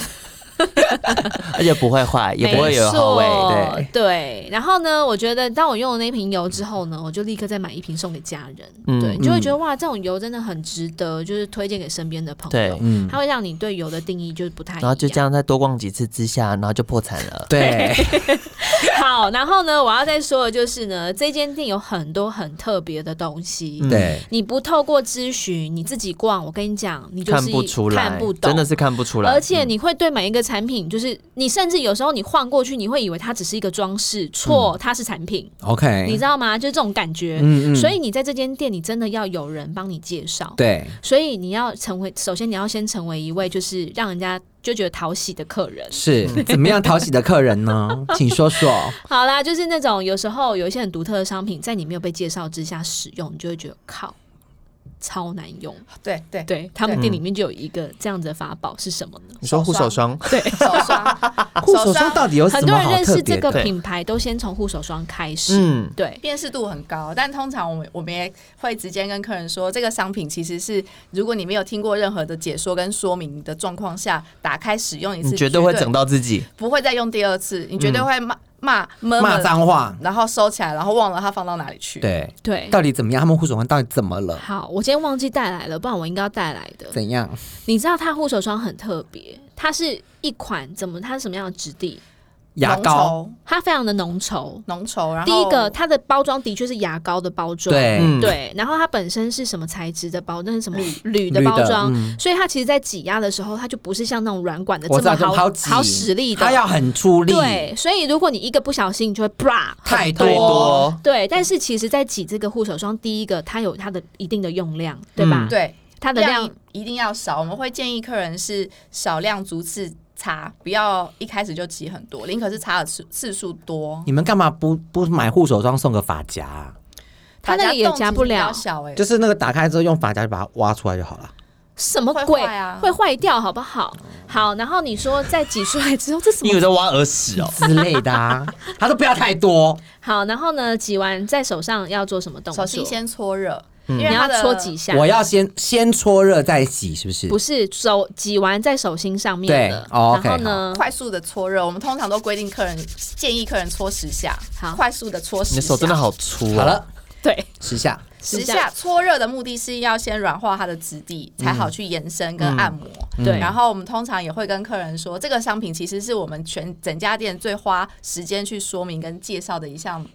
[SPEAKER 2] 而且不会坏，也不会有好味。
[SPEAKER 3] 没错对，然后呢，我觉得当我用了那瓶油之后呢，我就立刻再买一瓶送给家人。
[SPEAKER 2] 嗯
[SPEAKER 3] 对，你就会觉得哇，这种油真的很值得，就是推荐给身边的朋
[SPEAKER 2] 对
[SPEAKER 3] 友。
[SPEAKER 4] 嗯，
[SPEAKER 3] 它会让你对油的定义就是不太一样。
[SPEAKER 2] 然后就这样再多逛几次之下，然后就破产了。
[SPEAKER 4] 对，
[SPEAKER 3] 好，然后呢，我要再说的就是呢，这间店有很多很特别的东西。
[SPEAKER 2] 嗯
[SPEAKER 4] 对，
[SPEAKER 3] 你不透过咨询，你自己逛，我跟你讲，你 就是
[SPEAKER 2] 看不出来，
[SPEAKER 3] 看不懂，
[SPEAKER 2] 真的是看不出来。
[SPEAKER 3] 而
[SPEAKER 4] 嗯
[SPEAKER 3] 且你会对每一个产品，就是你甚至有时候你晃过去，你会以为它只是一个装饰，错，它是产品，
[SPEAKER 2] 嗯
[SPEAKER 4] OK，
[SPEAKER 3] 你知道吗？就是这种感觉。
[SPEAKER 4] 哎嗯
[SPEAKER 3] 所以你在这间店，你真的要有人帮你介绍。
[SPEAKER 4] 对
[SPEAKER 3] 所以你要成为，首先你要先成为一位就是让人家就觉得讨喜的客人。
[SPEAKER 4] 是
[SPEAKER 2] 嗯
[SPEAKER 4] 怎么样讨喜的客 人呢？请说说。
[SPEAKER 3] 好啦，就是那种有时候有一些很独特的商品，在你没有被介绍之下使用，你就会觉得靠，超难用。
[SPEAKER 5] 对对
[SPEAKER 4] 哎
[SPEAKER 3] 对他们店里面就有一个这样子的法宝是什么呢？
[SPEAKER 4] 嗯
[SPEAKER 2] 你说护手
[SPEAKER 5] 手
[SPEAKER 2] 霜，
[SPEAKER 5] 对，手霜
[SPEAKER 4] 护手霜到底有什
[SPEAKER 3] 很多
[SPEAKER 4] 么
[SPEAKER 3] 人
[SPEAKER 4] 好
[SPEAKER 3] 认
[SPEAKER 4] 特
[SPEAKER 3] 识这
[SPEAKER 4] 别
[SPEAKER 3] 个
[SPEAKER 4] 的？
[SPEAKER 2] 啊对
[SPEAKER 3] 品牌，都先从护手霜开始。
[SPEAKER 2] 嗯，
[SPEAKER 3] 对，
[SPEAKER 5] 辨识度很高，但通常我们我们也会直接跟客人说，这个商品其实是如果你没有听过任何的解说跟说明的状况下，打开使用一次，
[SPEAKER 2] 你绝对会整到自己。
[SPEAKER 5] 不会再用第二次，你绝对会骂骂闷
[SPEAKER 4] 嗯骂
[SPEAKER 5] 闷，
[SPEAKER 4] 脏话，
[SPEAKER 5] 然后收起来，然后忘了它放到哪里去。
[SPEAKER 4] 对，
[SPEAKER 3] 对。
[SPEAKER 4] 到底怎么样？他们护手霜到底怎么了？
[SPEAKER 3] 好，我今天忘记带来了，不然我应该要带来的。
[SPEAKER 4] 怎样？
[SPEAKER 3] 你知道它护手霜很特别，它是一款怎么它是什么样的质地？
[SPEAKER 4] 牙膏，
[SPEAKER 3] 它非常的浓稠。
[SPEAKER 5] 浓稠，浓稠，然后
[SPEAKER 3] 第一个，它的包装的确是牙膏的包装，
[SPEAKER 4] 对，嗯
[SPEAKER 2] 嗯
[SPEAKER 3] 对然后它本身是什么材质的包？那是什么铝的
[SPEAKER 4] 铝的
[SPEAKER 3] 包装？
[SPEAKER 4] 嗯
[SPEAKER 3] 所以它其实，在挤压的时候，它就不是像那种软管的
[SPEAKER 4] 我
[SPEAKER 3] 这
[SPEAKER 4] 知道
[SPEAKER 3] 么
[SPEAKER 4] 就
[SPEAKER 3] 好
[SPEAKER 4] 挤，
[SPEAKER 3] 好使力的。
[SPEAKER 4] 它要很出力，
[SPEAKER 3] 对，所以如果你一个不小心，你就会 bra
[SPEAKER 4] 太
[SPEAKER 2] 太多
[SPEAKER 3] 对，但是其实，在挤这个护手霜，第一个它有它的一定的用量，对吧？
[SPEAKER 2] 嗯
[SPEAKER 5] 对
[SPEAKER 3] 它的量
[SPEAKER 5] 量一定要少，我们会建议客人是少量逐次擦，不要一开始就挤很多，宁可是擦的次次数多。
[SPEAKER 4] 你们干嘛不不买护手霜送个发夹啊？
[SPEAKER 3] 它那个也
[SPEAKER 5] 打架
[SPEAKER 3] 夹不
[SPEAKER 5] 洞其实比较
[SPEAKER 3] 了
[SPEAKER 5] 小哎、
[SPEAKER 4] 就是那个打开之后用发夹就把它挖出来就好了。
[SPEAKER 3] 什么
[SPEAKER 5] 会
[SPEAKER 3] 鬼
[SPEAKER 5] 坏啊
[SPEAKER 3] 会坏掉，好不好？好，然后你说再挤出来之后，这什
[SPEAKER 2] 你有
[SPEAKER 5] 嗯
[SPEAKER 3] 么？
[SPEAKER 2] 在挖耳屎哦？
[SPEAKER 4] 之类的啊，他都不要太多，
[SPEAKER 3] 好，然后呢，挤完在手上要做什么动作？
[SPEAKER 5] 手心先搓热，
[SPEAKER 2] 嗯
[SPEAKER 5] 因为
[SPEAKER 3] 你
[SPEAKER 5] 它
[SPEAKER 3] 要
[SPEAKER 5] 的
[SPEAKER 3] 搓几下？
[SPEAKER 4] 我要先先搓热再洗，是不是？
[SPEAKER 3] 不是手挤完在手心上面的，
[SPEAKER 4] 对哦，OK，
[SPEAKER 3] 然后呢？
[SPEAKER 5] 快速的搓热，我们通常都规定客人建议客人搓十下，
[SPEAKER 3] 好
[SPEAKER 5] 快速的搓十
[SPEAKER 2] 你
[SPEAKER 5] 下。
[SPEAKER 2] 的手真的好粗、哦。
[SPEAKER 4] 好，了，
[SPEAKER 3] 对，
[SPEAKER 4] 十下。
[SPEAKER 5] 十下搓热的目的是要先软化它的质地，
[SPEAKER 4] 嗯
[SPEAKER 5] 才好去延伸跟按摩。
[SPEAKER 3] 对
[SPEAKER 5] 然后我们通常也会跟客人说，这个商品其实是我们全整家店最花时间去说明跟介绍的一项。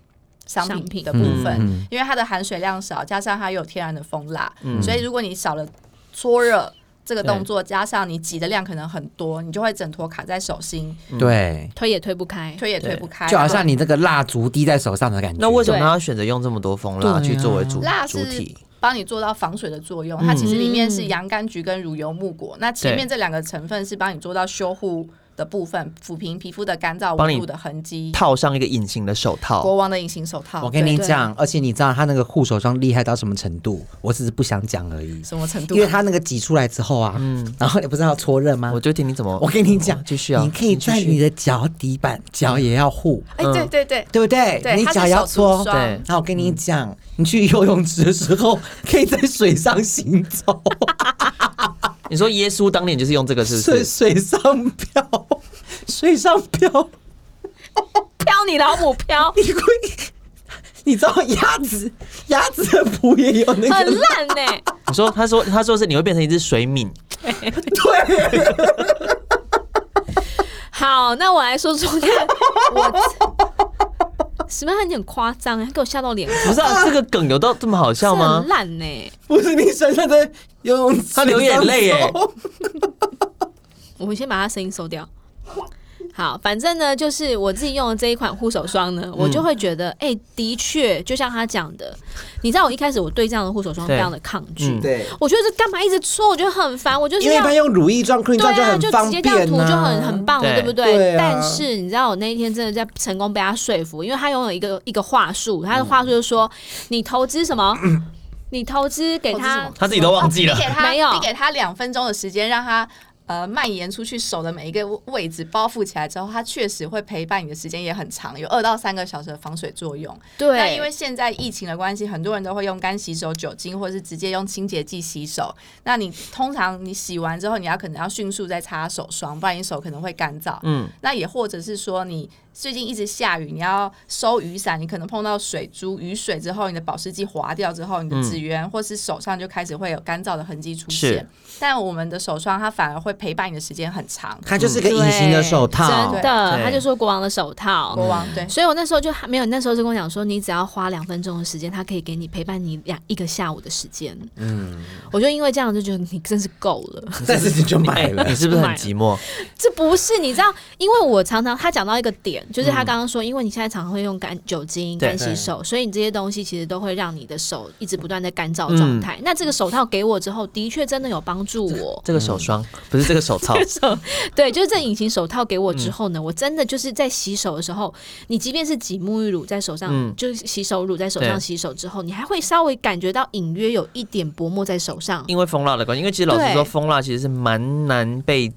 [SPEAKER 5] 商
[SPEAKER 3] 商
[SPEAKER 5] 品
[SPEAKER 3] 品
[SPEAKER 5] 的部
[SPEAKER 4] 嗯
[SPEAKER 5] 分，因为它的含水量少，加上它有天然的蜂蜡，
[SPEAKER 4] 嗯
[SPEAKER 5] 所以如果你少了搓热这个动作，加上你挤的量可能很多，你就会整坨卡在手心，
[SPEAKER 4] 对，
[SPEAKER 3] 推也推不开。
[SPEAKER 5] 推也推不开。
[SPEAKER 4] 就好像你这个蜡烛滴在手上的感觉。
[SPEAKER 2] 那为什么
[SPEAKER 3] 对
[SPEAKER 2] 他要选择用这么多蜂蜡
[SPEAKER 4] 对啊
[SPEAKER 2] 去作为主
[SPEAKER 5] 蜡
[SPEAKER 2] 主
[SPEAKER 5] 是
[SPEAKER 2] 体？
[SPEAKER 5] 帮你做到防水的作用。它其
[SPEAKER 3] 嗯
[SPEAKER 5] 实里面是洋甘菊跟乳油木果，那前面这两个成分是帮你做到修护的部分，抚平皮肤的干燥、
[SPEAKER 2] 帮你
[SPEAKER 5] 纹路的痕迹。
[SPEAKER 2] 套上一个隐形的手套
[SPEAKER 5] 国，王的隐形手套，
[SPEAKER 4] 我跟你
[SPEAKER 5] 对
[SPEAKER 4] 讲，而且你知道他那个护手霜厉害到什么程度？我只是不想讲而已，
[SPEAKER 5] 什么程度？
[SPEAKER 4] 因为他那个挤出来之后啊，然后你不是要搓热吗
[SPEAKER 2] 嗯我？就听你怎么。
[SPEAKER 4] 我跟你讲，
[SPEAKER 2] 继续啊，
[SPEAKER 4] 你可以
[SPEAKER 2] 继
[SPEAKER 4] 在
[SPEAKER 2] 续
[SPEAKER 4] 你的脚底板，脚也要护，
[SPEAKER 5] 哎，对 对
[SPEAKER 3] 嗯
[SPEAKER 5] 对
[SPEAKER 4] 对不对？
[SPEAKER 5] 对，
[SPEAKER 4] 你
[SPEAKER 5] 它是
[SPEAKER 4] 脚也要
[SPEAKER 5] 手
[SPEAKER 4] 搓。
[SPEAKER 5] 足霜
[SPEAKER 2] 对嗯
[SPEAKER 4] 那我跟你讲，你去游泳池的时候，可以在水上行走，
[SPEAKER 2] 你说耶稣当年就是用这个，是不
[SPEAKER 4] 水
[SPEAKER 2] 是？
[SPEAKER 4] 水上漂， 水上漂，
[SPEAKER 3] 飘你老母飘，
[SPEAKER 4] 你会，你知道鸭子，鸭子的蹼也有那
[SPEAKER 3] 很
[SPEAKER 4] 个，
[SPEAKER 3] 烂呢、
[SPEAKER 2] 你说他说他说是你会变成一只水黾，
[SPEAKER 4] 对，
[SPEAKER 3] 好，那我来说说看，我 史密汉你很夸张欸，他给我吓到脸
[SPEAKER 2] 不是啊，这个梗有到这么好笑
[SPEAKER 3] 这
[SPEAKER 2] 吗
[SPEAKER 3] 很？烂呢。
[SPEAKER 4] 不是你身上的游泳池，
[SPEAKER 2] 他流眼泪耶嗯
[SPEAKER 3] 我们先把他声音收掉。好，反正呢，就是我自己用的这一款护手霜
[SPEAKER 4] 嗯
[SPEAKER 3] 呢，我就会觉得，哎、的确，就像他讲的，你知道我一开始我对这样的护手霜
[SPEAKER 2] 对
[SPEAKER 3] 非常的抗拒，
[SPEAKER 2] 嗯
[SPEAKER 4] 对，
[SPEAKER 3] 我觉得这干嘛一直搓，我觉得很烦，我就是
[SPEAKER 4] 因为一
[SPEAKER 3] 要
[SPEAKER 4] 般用乳液状、cream
[SPEAKER 3] 对
[SPEAKER 4] 状
[SPEAKER 3] 啊，
[SPEAKER 4] 很
[SPEAKER 3] 就直
[SPEAKER 4] 方
[SPEAKER 3] 接
[SPEAKER 4] 便
[SPEAKER 3] 这样涂就
[SPEAKER 4] 啊
[SPEAKER 3] 很很棒了，
[SPEAKER 2] 对
[SPEAKER 3] 对不对？
[SPEAKER 4] 对啊
[SPEAKER 3] 但是你知道，我那一天真的在成功被他说服，因为他拥有一个一个话术，他的话术就是 说，你投资什么，你投资给他
[SPEAKER 2] 他自己都忘记了
[SPEAKER 5] 啊你。给他
[SPEAKER 3] 没有
[SPEAKER 5] 你给他两分钟的时间，让他呃蔓延出去手的每一个位置包覆起来之后，它确实会陪伴你的时间也很长，有二到三个小时的防水作用。那
[SPEAKER 3] 对，
[SPEAKER 5] 因为现在疫情的关系，很多人都会用干洗手、酒精，或是直接用清洁剂洗手。那你通常你洗完之后，你要可能要迅速再擦手霜，不然你手可能会干燥。
[SPEAKER 2] 嗯，
[SPEAKER 5] 那也或者是说，你最近一直下雨，你要收雨伞，你可能碰到水珠、雨水之后，你的保湿剂滑掉之后，你的指缘或是手上就开始会有干燥的痕迹出
[SPEAKER 2] 嗯
[SPEAKER 5] 现
[SPEAKER 2] 是。
[SPEAKER 5] 但我们的手霜它反而会陪伴你的时间很长。
[SPEAKER 4] 它就是个隐形的手套
[SPEAKER 3] 嗯真， 的，
[SPEAKER 2] 对
[SPEAKER 3] 他就说国王的手套，
[SPEAKER 5] 国王对，
[SPEAKER 3] 所以我那时候就还没有，那时候就跟我讲说，你只要花两分钟的时间，他可以给你陪伴你两一个下午的时间。嗯，我就因为这样就觉得你真是够了。
[SPEAKER 4] 但是你就买
[SPEAKER 2] 哎
[SPEAKER 4] 了
[SPEAKER 2] 你。是不是很寂寞？
[SPEAKER 3] 这不是你知道，因为我常常他讲到一个点，就是他刚刚说，因为你现在常常会用干酒精、
[SPEAKER 2] 对
[SPEAKER 3] 干洗手，所以你这些东西其实都会让你的手一直不断在干燥状态。那这个手套给我之后，的确真的有帮助我。
[SPEAKER 2] 这个手霜不是这个手套，
[SPEAKER 3] 手对，就是这隐形手套给
[SPEAKER 2] 嗯
[SPEAKER 3] 我之后呢，我真的就是在洗手的时候，你即便是挤沐浴乳在手上，
[SPEAKER 2] 嗯
[SPEAKER 3] 就是洗手乳在手
[SPEAKER 2] 对
[SPEAKER 3] 上洗手之后，你还会稍微感觉到隐约有一点薄膜在手上。
[SPEAKER 2] 因为蜂蜡的关系，因为其实老实
[SPEAKER 3] 对
[SPEAKER 2] 说，蜂蜡其实是蛮难被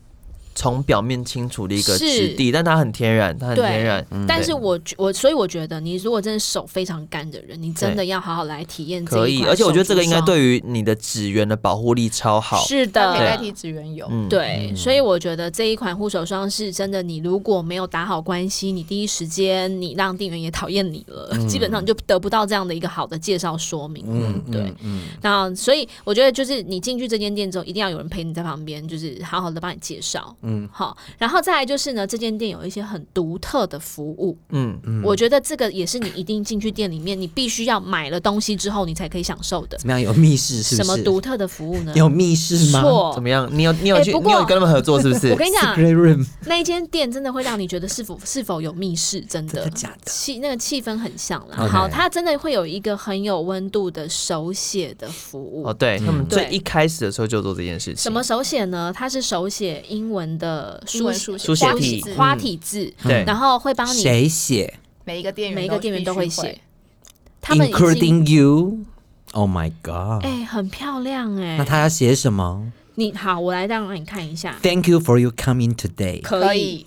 [SPEAKER 2] 从表面清除的一个质
[SPEAKER 3] 是
[SPEAKER 2] 地，但它很天然，它很
[SPEAKER 3] 对
[SPEAKER 2] 天然。嗯
[SPEAKER 3] 但
[SPEAKER 2] 对
[SPEAKER 3] 是我觉我所以我觉得，你如果真的手非常干的人，你真的要好好来体验这
[SPEAKER 2] 可
[SPEAKER 3] 一
[SPEAKER 2] 以，
[SPEAKER 3] 款
[SPEAKER 2] 而且我觉得
[SPEAKER 3] 手
[SPEAKER 2] 这个应该
[SPEAKER 3] 霜
[SPEAKER 2] 对于你的指缘的保护力超好。
[SPEAKER 3] 是
[SPEAKER 5] 它可以代
[SPEAKER 3] 的。
[SPEAKER 5] 替指缘油。
[SPEAKER 2] 嗯，
[SPEAKER 3] 对，所以我觉得这一款护手霜是真的，你如果没有打好关系，你第一时间你让店员也讨厌你了，基本上你就得不到这样的一个好的介绍说明。嗯，对。
[SPEAKER 4] 嗯，
[SPEAKER 3] 那所以我觉得就是你进去这间店之后，一定要有人陪你在旁边，就是好好的帮你介绍。嗯，好。然后再来就是呢，这间店有一些很独特的服务，
[SPEAKER 2] 嗯，
[SPEAKER 3] 我觉得这个也是你一定进去店里面，你必须要买了东西之后，你才可以享受的。
[SPEAKER 4] 怎么样？有密室是
[SPEAKER 3] 什
[SPEAKER 4] 不是？
[SPEAKER 3] 么独特的服务呢？
[SPEAKER 4] 有密室吗？
[SPEAKER 2] 怎
[SPEAKER 3] 错。
[SPEAKER 2] 么样？你有你有
[SPEAKER 3] 哎
[SPEAKER 2] 去、
[SPEAKER 3] 不
[SPEAKER 2] 你
[SPEAKER 3] 过
[SPEAKER 2] 有跟他们合作是不是
[SPEAKER 3] 我？跟你讲，
[SPEAKER 4] Secret room，
[SPEAKER 3] 那一间店真的会让你觉得是否是否有密室，真
[SPEAKER 4] 真
[SPEAKER 3] 的
[SPEAKER 4] 的假的？
[SPEAKER 3] 气那个气氛很像啦。
[SPEAKER 4] OK
[SPEAKER 3] 好，它真的会有一个很有温度的手写的服务。
[SPEAKER 2] 哦，对，他们最
[SPEAKER 3] 对
[SPEAKER 2] 一开始的时候就做这件事情。
[SPEAKER 3] 什么？手写呢？它是手写英文的
[SPEAKER 5] 英
[SPEAKER 3] 书
[SPEAKER 5] 文书写
[SPEAKER 2] 书写
[SPEAKER 3] 花
[SPEAKER 2] 体
[SPEAKER 3] 体花体字，
[SPEAKER 2] 对
[SPEAKER 3] 然后会帮你
[SPEAKER 4] 嗯谁写
[SPEAKER 5] 每一个店员
[SPEAKER 3] 每一个店员都会
[SPEAKER 5] 必须
[SPEAKER 3] 写。他们已经
[SPEAKER 4] ？Including you？Oh my god！
[SPEAKER 3] 哎很漂亮哎
[SPEAKER 4] 那，他要写什么
[SPEAKER 3] 你好，我来让你看一下，
[SPEAKER 4] ？Thank you for you coming today。
[SPEAKER 5] 可
[SPEAKER 3] 可以，
[SPEAKER 5] 以，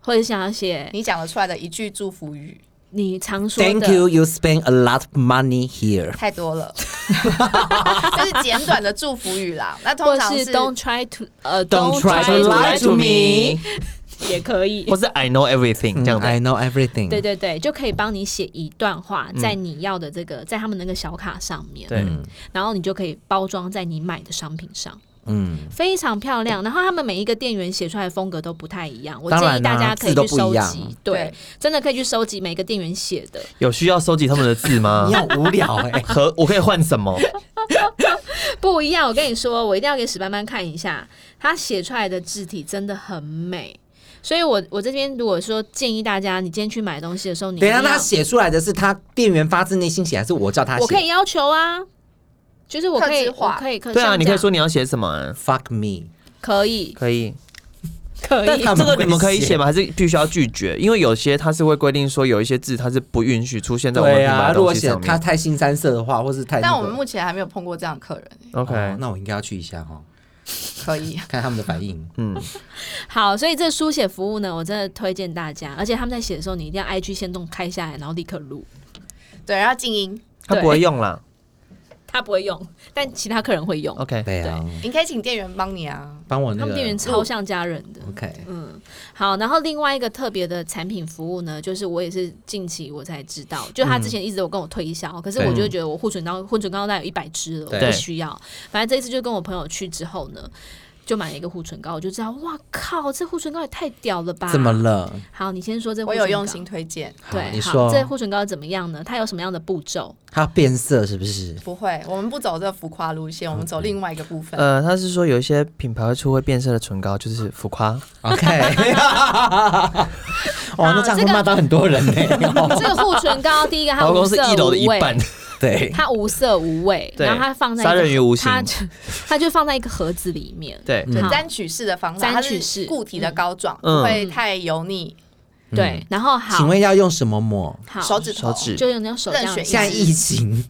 [SPEAKER 3] 或者想要写
[SPEAKER 5] 你讲得出来的一句祝福语
[SPEAKER 3] 你常 说
[SPEAKER 4] Thank
[SPEAKER 3] 的
[SPEAKER 4] you, you spend a lot of money here。
[SPEAKER 5] 太 多了，这是简短的祝福语啦。那通
[SPEAKER 3] 或
[SPEAKER 5] 常
[SPEAKER 3] 是 Don't try to 呃
[SPEAKER 4] Don't try to lie to me
[SPEAKER 3] 也可以
[SPEAKER 2] 或。是 I know everything 这样子？
[SPEAKER 4] I know everything。
[SPEAKER 3] 对对对，就可以帮你写一段话，
[SPEAKER 4] 嗯
[SPEAKER 3] 在你要的这个，在他们那个小卡上面，
[SPEAKER 2] 对，
[SPEAKER 3] 然后你就可以包装在你买的商品上，
[SPEAKER 4] 嗯，
[SPEAKER 3] 非常漂亮。然后他们每一个店员写出来的风格都不太一样，我
[SPEAKER 4] 当
[SPEAKER 3] 建
[SPEAKER 4] 然
[SPEAKER 3] 议大
[SPEAKER 4] 啦
[SPEAKER 3] 家可
[SPEAKER 4] 字
[SPEAKER 3] 以
[SPEAKER 4] 都
[SPEAKER 3] 去
[SPEAKER 4] 不一
[SPEAKER 3] 收
[SPEAKER 4] 样
[SPEAKER 3] 集，对
[SPEAKER 5] 对，
[SPEAKER 3] 真的可以去收集每个店员写的。
[SPEAKER 2] 有需要收集他们的字吗
[SPEAKER 4] 你？好无聊 哎。
[SPEAKER 2] 和我可以换什么？
[SPEAKER 3] 不一样，我跟你说，我一定要给史班班看一下，他写出来的字体真的很美。所以我，我这边如果说建议大家，你今天去买东西的时候，你一
[SPEAKER 4] 等
[SPEAKER 3] 定
[SPEAKER 4] 一下，
[SPEAKER 3] 要
[SPEAKER 4] 他写出来的是他店员发自内心写，还是我叫他写？
[SPEAKER 3] 我可以要求啊，就是我可以，
[SPEAKER 5] 客制化
[SPEAKER 3] 我可以，可
[SPEAKER 2] 对啊，
[SPEAKER 3] 像
[SPEAKER 2] 你可以
[SPEAKER 3] 这样
[SPEAKER 2] 说你要写什么、啊？
[SPEAKER 4] fuck me。
[SPEAKER 3] 可以，
[SPEAKER 2] 可以，
[SPEAKER 3] 可
[SPEAKER 4] 但
[SPEAKER 3] 以，
[SPEAKER 4] 他
[SPEAKER 2] 这
[SPEAKER 4] 们
[SPEAKER 2] 个你们
[SPEAKER 4] 会
[SPEAKER 2] 可以写吗？还是必须要拒绝？因为有些它是会规定说，有一些字它是不允许出现在我们
[SPEAKER 4] 对
[SPEAKER 2] 品牌的
[SPEAKER 4] 啊，如
[SPEAKER 2] 东
[SPEAKER 4] 果
[SPEAKER 2] 西
[SPEAKER 4] 写
[SPEAKER 2] 上
[SPEAKER 4] 他
[SPEAKER 2] 面。
[SPEAKER 4] 太新三色的话，或是太……
[SPEAKER 5] 但我们目前还没有碰过这样的客人，
[SPEAKER 2] OK，
[SPEAKER 4] 哦那我应该要去一下哈，
[SPEAKER 5] 可 以。
[SPEAKER 4] 看他们的反应。
[SPEAKER 2] 嗯，
[SPEAKER 3] 好，所以这书写服务呢，我真的推荐大家，而且他们在写的时候，你一定要 IG 先动开下来，然后立刻录。
[SPEAKER 5] 对，然后静音，
[SPEAKER 2] 他不会用啦。
[SPEAKER 3] 他不会用，但其他客人会用。
[SPEAKER 2] OK，
[SPEAKER 4] 对啊，
[SPEAKER 5] 你可以请店员帮你啊。
[SPEAKER 4] 帮我那
[SPEAKER 3] 他
[SPEAKER 4] 个哦
[SPEAKER 3] 们店员超像家人的。
[SPEAKER 4] OK。
[SPEAKER 3] 嗯好，然后另外一个特别的产品服务呢，就是我也是近期我才知道，就他之前一直有跟我推销，可是我就觉得我护唇膏护唇膏大概有一百支了，我
[SPEAKER 4] 对
[SPEAKER 3] 不需要。反正这一次就跟我朋友去之后呢，就买了一个护唇膏，我就知道，哇靠，这护唇膏也太屌了吧！
[SPEAKER 4] 怎么？了？
[SPEAKER 3] 好，你先说这护
[SPEAKER 5] 我
[SPEAKER 3] 唇膏
[SPEAKER 5] 有用心推荐，
[SPEAKER 4] 好
[SPEAKER 3] 对，
[SPEAKER 4] 你
[SPEAKER 3] 好
[SPEAKER 4] 说
[SPEAKER 3] 这护唇膏怎么样呢？它有什么样的步骤？
[SPEAKER 4] 它变色是 不是？
[SPEAKER 5] 不会，我们不走这浮夸路
[SPEAKER 2] 嗯
[SPEAKER 5] 线，我们走另外一个部分。
[SPEAKER 2] 呃，他是说有一些品牌会出会变色的唇膏，就是浮夸。
[SPEAKER 4] OK，哇，那这样会骂到很多人呢、
[SPEAKER 2] 哦
[SPEAKER 3] 这个护唇膏，第一个它
[SPEAKER 2] 保
[SPEAKER 3] 无
[SPEAKER 2] 公 司
[SPEAKER 3] 色
[SPEAKER 2] 一楼的一
[SPEAKER 3] 啊无味，
[SPEAKER 2] 半，
[SPEAKER 4] 对，
[SPEAKER 3] 它无色无味，
[SPEAKER 2] 对
[SPEAKER 3] 然后它放在一个
[SPEAKER 2] 杀人于无形
[SPEAKER 3] 它就它就放在一个盒子里面。
[SPEAKER 2] 对，
[SPEAKER 5] 对
[SPEAKER 3] 好
[SPEAKER 5] 单曲式的方法，
[SPEAKER 3] 单
[SPEAKER 5] 它
[SPEAKER 3] 曲式
[SPEAKER 5] 是固体的膏状，
[SPEAKER 2] 嗯
[SPEAKER 5] 不会太油腻。
[SPEAKER 3] 对，然后好，
[SPEAKER 4] 请问要用什么抹？
[SPEAKER 3] 好
[SPEAKER 5] 手指
[SPEAKER 2] 手
[SPEAKER 5] 头
[SPEAKER 2] 指
[SPEAKER 3] 就用那种手这样
[SPEAKER 5] 任选
[SPEAKER 3] 子
[SPEAKER 4] 现在疫情，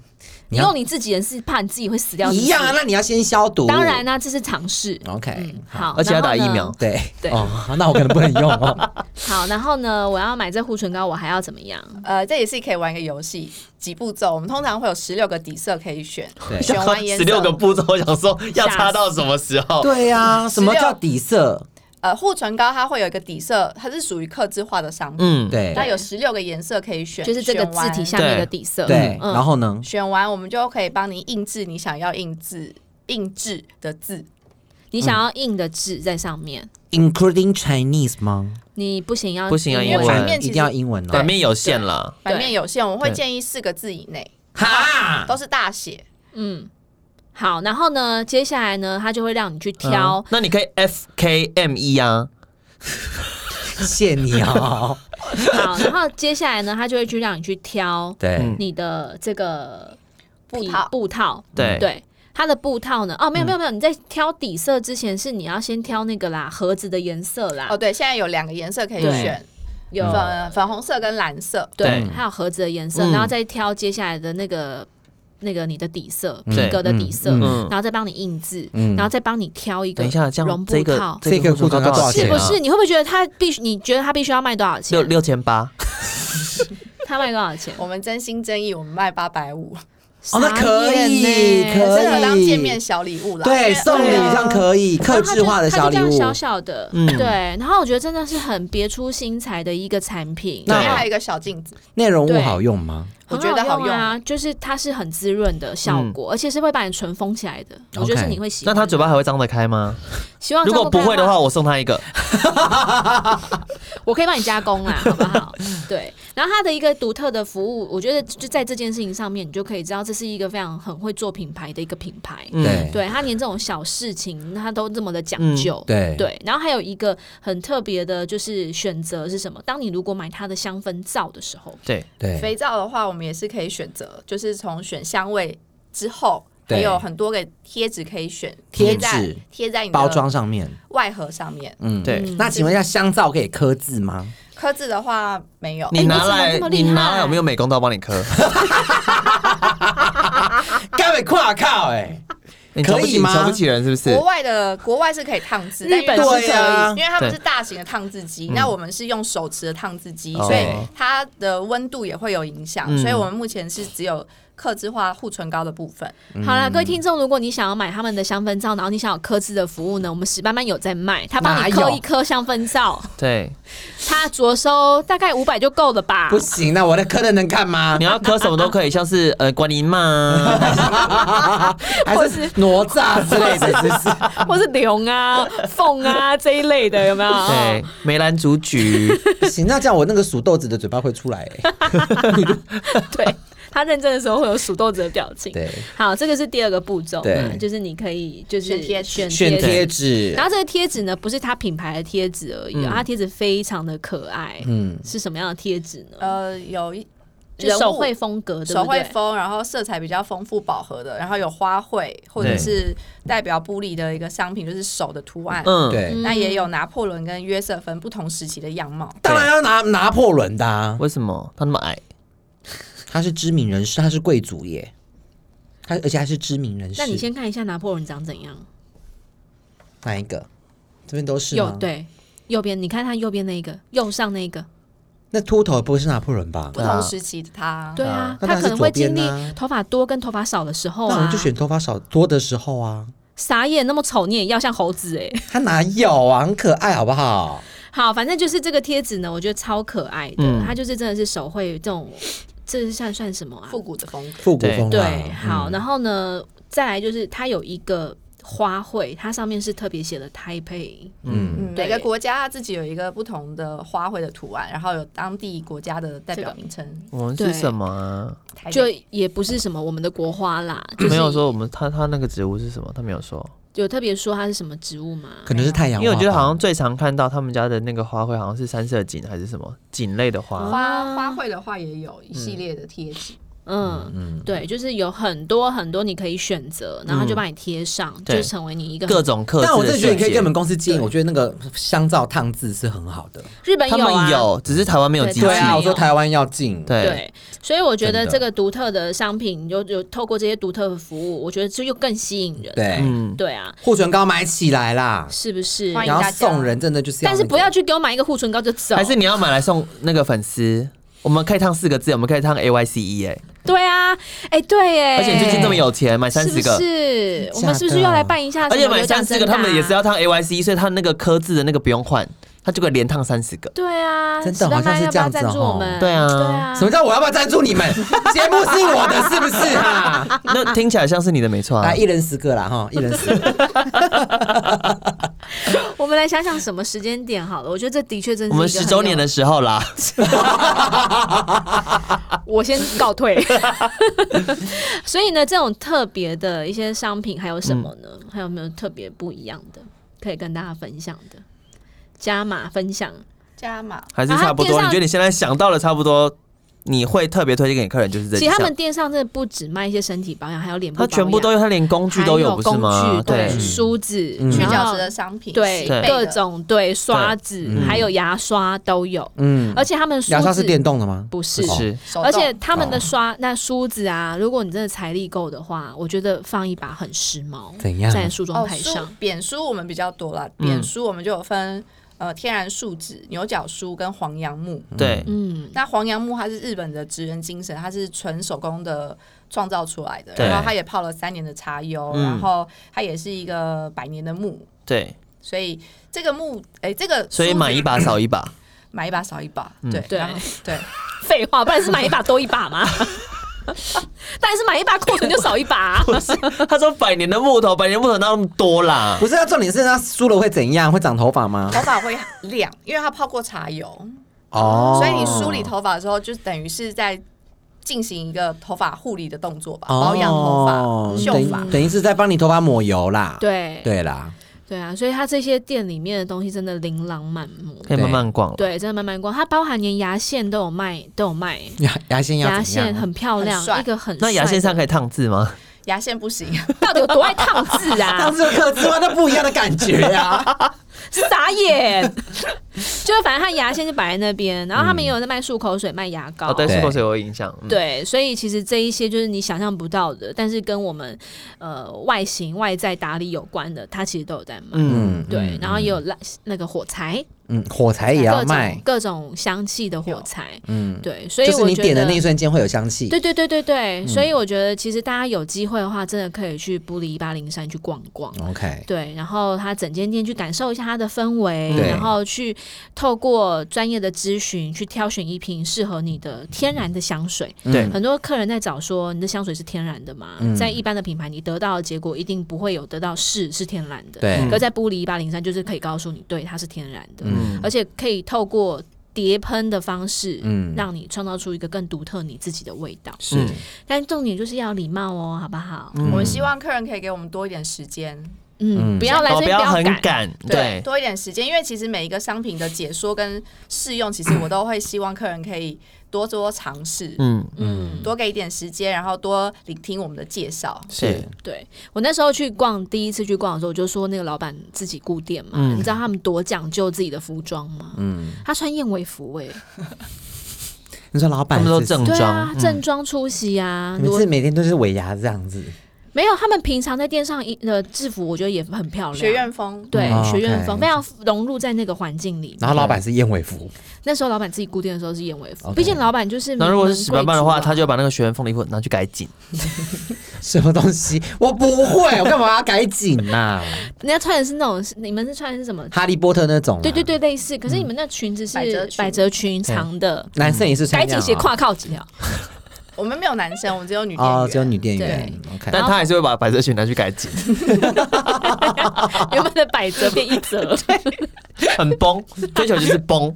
[SPEAKER 3] 你用你自己人是怕你自己会死掉，
[SPEAKER 4] 一样啊，
[SPEAKER 3] 是不是
[SPEAKER 4] 那哦你要先消毒。
[SPEAKER 3] 当然啊啦、这是尝试。
[SPEAKER 4] ，OK，、
[SPEAKER 3] 嗯，好，
[SPEAKER 2] 而且要打
[SPEAKER 3] 然后呢
[SPEAKER 2] 疫苗
[SPEAKER 4] 对
[SPEAKER 3] 对
[SPEAKER 4] 哦，那我可能不能用哦。
[SPEAKER 3] 好，然后呢，我要买这护唇膏，我还要怎么样？
[SPEAKER 5] 呃，这也是可以玩一个游戏，几步骤。我们通常会有十六个底色可以选，
[SPEAKER 4] 对
[SPEAKER 5] 选完颜
[SPEAKER 2] 十六个
[SPEAKER 5] 色，
[SPEAKER 2] 步骤，我想说要擦到什么时候？
[SPEAKER 4] 对呀、什么
[SPEAKER 5] 16
[SPEAKER 4] 叫底色？
[SPEAKER 5] 呃，护唇膏它会有一个底色，它是属于刻字化的商品，
[SPEAKER 2] 嗯，
[SPEAKER 4] 对
[SPEAKER 5] 那有十六个颜色可以选，
[SPEAKER 3] 就是这个字体
[SPEAKER 5] 选
[SPEAKER 3] 下面的底色。
[SPEAKER 4] 对，
[SPEAKER 3] 嗯
[SPEAKER 4] 然后呢
[SPEAKER 5] 完，？选完我们就可以帮你印制你想要印制印制的字。
[SPEAKER 3] 你想要印的字在上面，
[SPEAKER 4] including Chinese 吗？
[SPEAKER 3] 你不行要
[SPEAKER 2] 不行要啊
[SPEAKER 3] 英
[SPEAKER 5] 因为
[SPEAKER 2] 英文
[SPEAKER 5] 版面
[SPEAKER 4] 一
[SPEAKER 5] 其
[SPEAKER 4] 定要
[SPEAKER 5] 实
[SPEAKER 4] 英文哦。
[SPEAKER 2] 版面有限啦。
[SPEAKER 5] 版面有限，我们会
[SPEAKER 2] 对
[SPEAKER 5] 建议四个字以内，
[SPEAKER 3] 啊
[SPEAKER 4] 哈，
[SPEAKER 5] 都是大写。
[SPEAKER 3] 嗯，好，然后呢，接下来呢，他就会让你去挑。
[SPEAKER 2] 嗯那你可以 F K M E 啊，
[SPEAKER 4] 谢谢你哦。
[SPEAKER 3] 好，然后接下来呢，他就会去让你去挑
[SPEAKER 4] 对，
[SPEAKER 2] 嗯
[SPEAKER 3] 你的这个
[SPEAKER 5] 布
[SPEAKER 3] 皮
[SPEAKER 5] 套
[SPEAKER 3] 布套，
[SPEAKER 2] 对
[SPEAKER 3] 嗯对。它的布套呢？哦，
[SPEAKER 4] 嗯
[SPEAKER 3] 没有没有没有，你在挑底色之前是你要先挑那个啦，盒子的颜色啦，
[SPEAKER 5] 哦，对，现在有两个颜色可以
[SPEAKER 3] 对
[SPEAKER 5] 选，
[SPEAKER 3] 有
[SPEAKER 5] 粉粉红色跟蓝色。
[SPEAKER 2] 对
[SPEAKER 3] 还有盒子的颜色，
[SPEAKER 2] 嗯
[SPEAKER 3] 然后再挑接下来的那个那个你的底色，皮
[SPEAKER 2] 对
[SPEAKER 3] 革的底色，
[SPEAKER 4] 嗯
[SPEAKER 2] 嗯
[SPEAKER 3] 然后再帮你印字，
[SPEAKER 4] 嗯
[SPEAKER 3] 然后再帮你挑一个
[SPEAKER 2] 等一下，这
[SPEAKER 3] 绒
[SPEAKER 2] 样
[SPEAKER 3] 布
[SPEAKER 2] 这个
[SPEAKER 3] 套，
[SPEAKER 4] 这个
[SPEAKER 2] 护
[SPEAKER 4] 裤子
[SPEAKER 2] 唇
[SPEAKER 4] 要
[SPEAKER 2] 膏
[SPEAKER 4] 多少
[SPEAKER 3] 是
[SPEAKER 4] 钱
[SPEAKER 3] 不
[SPEAKER 4] 啊
[SPEAKER 3] 是？你会不会觉得它必须？你觉得它必须要卖多少钱？
[SPEAKER 2] 六六千八，
[SPEAKER 3] 它卖多少钱？
[SPEAKER 5] 我们真心真意，我们卖八百五，
[SPEAKER 4] 哦那可以
[SPEAKER 3] 傻眼
[SPEAKER 4] 可
[SPEAKER 3] 欸
[SPEAKER 4] 以
[SPEAKER 5] 适合当见面小礼物啦。因
[SPEAKER 4] 对，
[SPEAKER 5] 为
[SPEAKER 4] 送礼
[SPEAKER 5] 对啊
[SPEAKER 4] 这样可以，克制化的
[SPEAKER 3] 然后它就
[SPEAKER 4] 小礼
[SPEAKER 3] 它就这样。
[SPEAKER 4] 物嗯
[SPEAKER 3] 小小的，对。然后我觉得真的是很别出心裁的一个产品，
[SPEAKER 5] 里
[SPEAKER 4] 那
[SPEAKER 5] 面还有一个小镜子，
[SPEAKER 4] 内容物
[SPEAKER 3] 对
[SPEAKER 4] 好用吗？
[SPEAKER 5] 我觉得
[SPEAKER 3] 很好
[SPEAKER 5] 好用
[SPEAKER 3] 啊，就是它是很滋润的效果，而且是会把你唇封起来的，我觉得是
[SPEAKER 4] OK
[SPEAKER 3] 你会
[SPEAKER 2] 嗯
[SPEAKER 3] 喜
[SPEAKER 2] 那
[SPEAKER 3] 欢。
[SPEAKER 2] 他嘴巴还会张得开吗？
[SPEAKER 3] 希望
[SPEAKER 2] 如果
[SPEAKER 3] 哦张
[SPEAKER 2] 不会
[SPEAKER 3] 开
[SPEAKER 2] 的话，，我送他一个。
[SPEAKER 3] 我可以帮你加 工啦，好不好？对。然后它的一个独特的服务，我觉得就在这件事情上面，你就可以知道这是一个非常很会做品牌的一个品牌。
[SPEAKER 2] 嗯
[SPEAKER 4] 对
[SPEAKER 3] 对他连这种小事情他都这么的讲究。
[SPEAKER 2] 嗯
[SPEAKER 4] 对
[SPEAKER 3] 对，然后还有一个很特别的，就是选择是什么？当你如果买它的香氛皂的时候，
[SPEAKER 2] 对，
[SPEAKER 4] 对，
[SPEAKER 5] 肥皂的话，我们也是可以选择，就是从选香味之后，
[SPEAKER 4] 对
[SPEAKER 5] 还有很多个贴纸可以选，
[SPEAKER 4] 贴
[SPEAKER 5] 贴
[SPEAKER 4] 纸
[SPEAKER 5] 在贴在你的
[SPEAKER 4] 包装上面，
[SPEAKER 5] 外盒上面。
[SPEAKER 4] 嗯，
[SPEAKER 2] 对
[SPEAKER 4] 那请问一下，香皂可以刻字吗？
[SPEAKER 5] 刻字的话没有，
[SPEAKER 2] 你
[SPEAKER 3] 哎你
[SPEAKER 2] 拿
[SPEAKER 3] 怎么
[SPEAKER 2] 来
[SPEAKER 3] 这么，厉
[SPEAKER 2] 你拿来，
[SPEAKER 3] 害
[SPEAKER 2] 我们用美工刀帮你 刻。
[SPEAKER 4] 该会跨靠哎，
[SPEAKER 2] 你瞧不
[SPEAKER 4] 可以
[SPEAKER 2] 起，你
[SPEAKER 4] 吗
[SPEAKER 2] 瞧不起人是不是
[SPEAKER 5] 国？外的国外是可以烫字，
[SPEAKER 3] 日本
[SPEAKER 5] 但因为
[SPEAKER 4] 是可以对啊
[SPEAKER 5] 因为他们
[SPEAKER 2] 对
[SPEAKER 5] 是大型的烫字机，那我们是用手持的烫字机，
[SPEAKER 2] 哦
[SPEAKER 5] 所以它的温度也会有影响，
[SPEAKER 2] 嗯
[SPEAKER 5] 所以我们目前是只有刻字化护唇膏的部分。
[SPEAKER 3] 好啦，各
[SPEAKER 4] 嗯
[SPEAKER 3] 位听众，如果你想要买他们的香氛皂，然后你想要有刻字的服务呢，我们史班班有在卖，他帮
[SPEAKER 4] 哪
[SPEAKER 3] 你
[SPEAKER 4] 有
[SPEAKER 3] 刻一颗香氛皂，
[SPEAKER 2] 对，
[SPEAKER 3] 他着收大概五百就够了吧？
[SPEAKER 4] 不行，那我的刻的能看吗
[SPEAKER 2] 你？要刻什么都可以，像是呃关林 嘛，
[SPEAKER 4] 还是哪吒之类的，是不是？
[SPEAKER 3] 或是龙 啊、凤啊这一类的，有没有？
[SPEAKER 2] 对，
[SPEAKER 3] 哦
[SPEAKER 2] 梅兰竹 菊，
[SPEAKER 4] 不行，那这样我那个数豆子的嘴巴会出来哎。
[SPEAKER 3] 对，他认真的时候会有数豆子的表情。
[SPEAKER 4] 对，
[SPEAKER 3] 好，这个是第二个步骤嘛，
[SPEAKER 4] 对
[SPEAKER 3] 就是你可以就是
[SPEAKER 5] 选贴纸
[SPEAKER 3] 选
[SPEAKER 4] 选
[SPEAKER 3] 纸
[SPEAKER 4] 贴纸
[SPEAKER 3] 然，后这个贴纸呢，不是它品牌的贴纸而已哦，它贴纸非常的可爱。
[SPEAKER 4] 嗯，
[SPEAKER 3] 是什么样的贴纸呢？
[SPEAKER 5] 呃，有一
[SPEAKER 3] 就
[SPEAKER 5] 人物
[SPEAKER 3] 手绘风格，对不对
[SPEAKER 5] 手绘风，然后色彩比较丰富饱和的，然后有花卉或者是代表玻璃的一个商品，就是手的图案。
[SPEAKER 2] 嗯，，
[SPEAKER 4] 对，
[SPEAKER 5] 那也有拿破仑跟约瑟芬不同时期的样貌。
[SPEAKER 4] 当然要拿拿破仑的啊，
[SPEAKER 2] 为什么他那么矮？
[SPEAKER 4] 他是知名人士，他是贵族耶，他而且还是知名人士。
[SPEAKER 3] 那你先看一下拿破仑长怎样？
[SPEAKER 4] 哪一个？这边都是吗
[SPEAKER 3] 右对，右边你看他右边那一个，右上那一个，
[SPEAKER 4] 那秃头不会是拿破仑吧？
[SPEAKER 5] 不同时期的他，
[SPEAKER 3] 对啊，
[SPEAKER 4] 那
[SPEAKER 3] 他
[SPEAKER 4] 当然
[SPEAKER 3] 可
[SPEAKER 4] 是
[SPEAKER 3] 能会
[SPEAKER 4] 左边
[SPEAKER 3] 经历
[SPEAKER 4] 啊
[SPEAKER 3] 头发多跟头发少的时候
[SPEAKER 4] 那我
[SPEAKER 3] 啊
[SPEAKER 4] 们就。选头发少多的时候啊。
[SPEAKER 3] 傻眼，那么丑你也要像猴子哎、
[SPEAKER 4] 他哪有啊？很可爱，好不好？
[SPEAKER 3] 好，反正就是这个贴纸呢，我觉得超可爱的，
[SPEAKER 2] 嗯
[SPEAKER 3] 它就是真的是手绘这种，这是算算什么啊？
[SPEAKER 5] 复古的风格。
[SPEAKER 4] 复古风啊
[SPEAKER 3] 对，好，
[SPEAKER 4] 嗯
[SPEAKER 3] 然后呢，再来就是它有一个花卉，它上面是特别写的台北，
[SPEAKER 4] 嗯，
[SPEAKER 5] 嗯，
[SPEAKER 3] 对
[SPEAKER 5] 每个国家它自己有一个不同的花卉的图案，然后有当地国家的代表名称。
[SPEAKER 2] 我们是
[SPEAKER 3] 对
[SPEAKER 2] 什么啊？
[SPEAKER 5] 台北
[SPEAKER 3] 就也不是什么我们的国花 啦，就是
[SPEAKER 2] 没有说我们他他那个植物是什么，他没有说，
[SPEAKER 3] 有特别说它是什么植物吗？
[SPEAKER 4] 可能是太阳
[SPEAKER 2] 因
[SPEAKER 4] 花吧，
[SPEAKER 2] 为我觉得好像最常看到他们家的那个花卉好像是三色堇还是什么堇类的花，
[SPEAKER 5] 花花卉的话也有一系列的贴纸，
[SPEAKER 3] 嗯，对，就是有很多很多你可以选择，然后就把你贴上，
[SPEAKER 2] 对
[SPEAKER 3] 就成为你一个
[SPEAKER 2] 各种克制
[SPEAKER 4] 但我真
[SPEAKER 2] 的
[SPEAKER 4] 的觉得
[SPEAKER 2] 世
[SPEAKER 4] 你可以
[SPEAKER 2] 界
[SPEAKER 4] 跟你。们公司建议，我觉得那个香皂烫字是很好的。
[SPEAKER 3] 日本
[SPEAKER 2] 他
[SPEAKER 3] 有啊，
[SPEAKER 2] 们有，只是台湾没有
[SPEAKER 3] 对
[SPEAKER 2] 机器
[SPEAKER 3] 台。
[SPEAKER 4] 对
[SPEAKER 3] 湾
[SPEAKER 4] 啊，我说
[SPEAKER 3] 有
[SPEAKER 4] 台湾要进，
[SPEAKER 2] 对，
[SPEAKER 3] 对，所以我觉得
[SPEAKER 4] 真的
[SPEAKER 3] 这个独特的商品，你就有透过这些独特的服务，我觉得就又更吸引人。
[SPEAKER 4] 对，
[SPEAKER 2] 嗯，
[SPEAKER 3] 对啊，
[SPEAKER 4] 护唇膏买起来啦，
[SPEAKER 3] 是不是？
[SPEAKER 5] 欢迎
[SPEAKER 4] 然
[SPEAKER 5] 大
[SPEAKER 4] 后
[SPEAKER 5] 家
[SPEAKER 4] 送人真的就是要
[SPEAKER 3] 但
[SPEAKER 4] 那个，
[SPEAKER 3] 是不要去给我买一个护唇膏就走，
[SPEAKER 2] 还是你要买来送那个粉丝？我们可以烫四个字，我们可以烫 A Y C E 哎，
[SPEAKER 3] 对啊，哎、对哎，
[SPEAKER 2] 而且你最近这么有钱，买三
[SPEAKER 3] 是
[SPEAKER 2] 十
[SPEAKER 3] 不
[SPEAKER 2] 个，
[SPEAKER 3] 是？我
[SPEAKER 4] 假
[SPEAKER 3] 们
[SPEAKER 4] 的
[SPEAKER 3] 是不是又要来办一下？
[SPEAKER 2] 而且买三十个，
[SPEAKER 3] 啊
[SPEAKER 2] 他们也是。要烫 A Y C，所以他那个科字的那个不用换，他就可以连烫三十个。
[SPEAKER 3] 对啊，
[SPEAKER 4] 真的
[SPEAKER 3] 史丹
[SPEAKER 4] 好像
[SPEAKER 3] 麦
[SPEAKER 4] 是
[SPEAKER 3] 要不
[SPEAKER 4] 这
[SPEAKER 3] 要
[SPEAKER 4] 样子
[SPEAKER 3] 赞助
[SPEAKER 4] 哦
[SPEAKER 3] 我们？
[SPEAKER 2] 对啊
[SPEAKER 3] 对啊，
[SPEAKER 4] 什么叫我要不要赞助 你们？节目是我的，是不是啊？
[SPEAKER 2] 那听起来像是你的没错啊
[SPEAKER 4] 来，。一人十个啦，哈，一人十个。
[SPEAKER 3] 我们来想想什么时间点好了。我觉得这的确真是
[SPEAKER 2] 我们
[SPEAKER 3] 一个
[SPEAKER 2] 十
[SPEAKER 3] 啊很
[SPEAKER 2] 周
[SPEAKER 3] 有
[SPEAKER 2] 年的，时候啦，
[SPEAKER 3] 我先告退。所以呢，这种特别的一些商品还有什么呢？还有没有特别不一样的可以跟大家分享的？加码分享，
[SPEAKER 5] 加码
[SPEAKER 2] 还是差不多。
[SPEAKER 3] 啊
[SPEAKER 2] 你觉得你现在想到了差不多，你会特别推荐给客人就是这
[SPEAKER 3] 哎其
[SPEAKER 2] 几
[SPEAKER 3] 实
[SPEAKER 2] 项
[SPEAKER 3] 他。们店上真的不只卖一些身体保养，还有脸部保
[SPEAKER 2] 他
[SPEAKER 3] 养，
[SPEAKER 2] 全部都有，他连工具都
[SPEAKER 3] 还有
[SPEAKER 2] 不是吗
[SPEAKER 3] 工具？对，
[SPEAKER 2] 对，
[SPEAKER 3] 梳子、
[SPEAKER 4] 嗯
[SPEAKER 5] 去
[SPEAKER 3] 然
[SPEAKER 5] 角
[SPEAKER 3] 后
[SPEAKER 5] 质的商品，
[SPEAKER 3] 对
[SPEAKER 5] 洗背的
[SPEAKER 3] 各种对刷子
[SPEAKER 4] 嗯，
[SPEAKER 3] 还有牙刷都有，
[SPEAKER 4] 嗯，
[SPEAKER 3] 而且他们梳
[SPEAKER 4] 牙刷是
[SPEAKER 3] 子
[SPEAKER 4] 电动的吗？哦
[SPEAKER 3] 不是
[SPEAKER 4] 不。
[SPEAKER 2] 是
[SPEAKER 5] 手动
[SPEAKER 3] 而且他们的刷那梳子啊，如果你真的财力够的话，我觉得放一把很时髦，
[SPEAKER 4] 怎样？
[SPEAKER 3] 在梳妆
[SPEAKER 5] 哦，
[SPEAKER 3] 台
[SPEAKER 5] 书
[SPEAKER 3] 上。
[SPEAKER 5] 扁梳我们比较多啦，
[SPEAKER 2] 嗯
[SPEAKER 5] 扁梳我们就有分呃天然树脂、牛角梳跟黄杨木。
[SPEAKER 2] 对，
[SPEAKER 3] 嗯，
[SPEAKER 5] 那黄杨木它是日本的职人精神，它是纯手工的创造出来的，
[SPEAKER 2] 对
[SPEAKER 5] 然后它也泡了三年的茶油，
[SPEAKER 2] 嗯
[SPEAKER 5] 然后它也是一个百年的木，
[SPEAKER 2] 对，
[SPEAKER 5] 所以这个木，哎、这个梳子
[SPEAKER 2] 所以买一把嗯啊少一把。
[SPEAKER 5] 买一把少一把，对
[SPEAKER 3] 对
[SPEAKER 5] 然后对，
[SPEAKER 3] 废话，不然是买一把 多一把嘛。当然是买一把库存就少一把啊、
[SPEAKER 2] 他说百年的木头，百年木头哪有那么多啦？
[SPEAKER 4] 不是，那重点是它梳了会怎样？会长头发吗？
[SPEAKER 5] 头发会亮，因为它泡过茶油，
[SPEAKER 4] 哦，
[SPEAKER 5] 所以你梳理头发的时候，就等于是在进行一个头发护理的动作吧，保养头
[SPEAKER 4] 哦
[SPEAKER 5] 发、秀
[SPEAKER 4] 等于
[SPEAKER 5] 发。
[SPEAKER 4] 等于是在帮你头发抹油啦。
[SPEAKER 3] 对
[SPEAKER 4] 对啦，
[SPEAKER 3] 对啊，所以它这些店里面的东西真的琳琅满目。
[SPEAKER 2] 可以慢慢逛了。
[SPEAKER 3] 对，真的慢慢逛，它包含连牙线都有卖，都有卖。
[SPEAKER 4] 牙牙线要
[SPEAKER 3] 牙
[SPEAKER 4] 怎样
[SPEAKER 3] 线很漂亮
[SPEAKER 5] 很，帅
[SPEAKER 3] 一个很
[SPEAKER 2] 那牙线上可
[SPEAKER 3] 以
[SPEAKER 2] 以烫字吗？
[SPEAKER 5] 牙线不行，
[SPEAKER 3] 到底有多爱烫字啊
[SPEAKER 4] 上？次课之外，那不一样的感觉啊 呀。
[SPEAKER 3] 傻眼！ 就是反正它牙线就摆在那边，然后他们也有在卖漱口水、卖牙膏。
[SPEAKER 2] 哦，对，
[SPEAKER 4] 对
[SPEAKER 2] 漱口水有影响。嗯，
[SPEAKER 3] 对，所以其实这一些就是你想象不到的，但是跟我们呃外形、外在打理有关的，它其实都有在卖。
[SPEAKER 2] 嗯，
[SPEAKER 3] 对，然后也有那那个火柴，
[SPEAKER 4] 嗯，火柴也要
[SPEAKER 3] 各
[SPEAKER 4] 卖
[SPEAKER 3] 种。各种香气的火柴，
[SPEAKER 4] 嗯，
[SPEAKER 3] 对，所以
[SPEAKER 4] 就是
[SPEAKER 3] 我
[SPEAKER 4] 你
[SPEAKER 3] 觉
[SPEAKER 4] 点的
[SPEAKER 3] 得
[SPEAKER 4] 那嗯一瞬间会有香气。
[SPEAKER 3] 对对对对对，所以我觉得其实大家有机会的话，真的可以去布里一八零山去逛逛。
[SPEAKER 4] OK，
[SPEAKER 3] 对，然后他整间店去感受一下它的氛围，
[SPEAKER 4] 对
[SPEAKER 3] 然后去透过专业的咨询去挑选一瓶适合你的天然的香水。
[SPEAKER 4] 嗯
[SPEAKER 2] 对
[SPEAKER 3] 很多客人在找说，你的香水是天然的吗？在一般的品牌，你得到的结果一定不会有得到是是天然的。，
[SPEAKER 4] 对
[SPEAKER 3] 可在玻璃一八零三就是可以告诉你，对，它是天然的，
[SPEAKER 2] 嗯
[SPEAKER 3] 而且可以透过叠喷的方式，
[SPEAKER 4] 嗯
[SPEAKER 3] 让你创造出一个更独特你自己的味道。
[SPEAKER 4] 是
[SPEAKER 2] 嗯
[SPEAKER 3] 但重点就是要礼貌哦，好不好？
[SPEAKER 5] 我们希望客人可以给我们多一点时间，
[SPEAKER 3] 嗯，
[SPEAKER 4] 嗯
[SPEAKER 3] 不要来
[SPEAKER 2] 哦
[SPEAKER 3] 这
[SPEAKER 2] 不
[SPEAKER 3] 边
[SPEAKER 2] 要很
[SPEAKER 3] 赶。
[SPEAKER 2] 赶，对，
[SPEAKER 5] 多一点时间，因为其实每一个商品的解说跟试用，其实我都会希望客人可以多多尝试，
[SPEAKER 2] 嗯，
[SPEAKER 5] 嗯，多给一点时间，然后多聆听我们的介绍。
[SPEAKER 4] 嗯
[SPEAKER 2] 是，
[SPEAKER 3] 对我那时候去逛，第一次去逛的时候，我就说那个老板自己雇店嘛，
[SPEAKER 2] 嗯
[SPEAKER 3] 你知道他们多讲究自己的服装吗？
[SPEAKER 4] 嗯，
[SPEAKER 3] 他穿燕尾服哎、
[SPEAKER 4] 你说老
[SPEAKER 2] 他
[SPEAKER 4] 板
[SPEAKER 2] 们都
[SPEAKER 4] 是不是
[SPEAKER 2] 正
[SPEAKER 3] 对
[SPEAKER 2] 装嗯
[SPEAKER 3] 啊，，正装出席啊，
[SPEAKER 4] 你
[SPEAKER 3] 如
[SPEAKER 4] 们
[SPEAKER 3] 果
[SPEAKER 4] 是每天都是尾牙这样子，
[SPEAKER 3] 没有他们平常在店上一的制服，我觉得也很漂亮。
[SPEAKER 5] 学院风，
[SPEAKER 3] 对、
[SPEAKER 2] 嗯
[SPEAKER 4] 哦
[SPEAKER 3] 学院
[SPEAKER 4] OK
[SPEAKER 3] 风非常融入在那个环境里。
[SPEAKER 4] 然后老板是燕尾 服，
[SPEAKER 3] 那时候老板自己固定的时候是燕尾服，
[SPEAKER 4] OK
[SPEAKER 3] 毕竟老板就是
[SPEAKER 2] 那如果是
[SPEAKER 3] 名
[SPEAKER 2] 史
[SPEAKER 3] 门
[SPEAKER 2] 班
[SPEAKER 3] 贵
[SPEAKER 2] 班的
[SPEAKER 3] 族
[SPEAKER 2] 话，
[SPEAKER 3] 啊
[SPEAKER 2] 他就把那个学员风的衣服拿去改紧。
[SPEAKER 4] 什么东西？ 我不会，我干嘛要改紧呐、
[SPEAKER 3] 人家穿的是那种，你们是穿的是什么？
[SPEAKER 4] 哈利波特那种、啊
[SPEAKER 3] 对对，
[SPEAKER 2] 嗯
[SPEAKER 3] 对，类似。可是你们那裙子
[SPEAKER 5] 百褶
[SPEAKER 3] 是
[SPEAKER 5] 裙
[SPEAKER 3] 百褶裙长的，
[SPEAKER 2] 嗯
[SPEAKER 4] 男生也是
[SPEAKER 3] 改
[SPEAKER 4] 穿这
[SPEAKER 3] 紧
[SPEAKER 4] 样、
[SPEAKER 3] 斜
[SPEAKER 4] 啊。
[SPEAKER 3] 挎靠几条。
[SPEAKER 5] 我们没有男生，我们只有女店员，
[SPEAKER 4] 哦，只有女店员
[SPEAKER 5] 对。
[SPEAKER 4] ，OK，
[SPEAKER 2] 但他还是会把白色裙拿去改 紧，
[SPEAKER 3] 原本的百折变一 折，
[SPEAKER 2] 很崩，追求就是崩。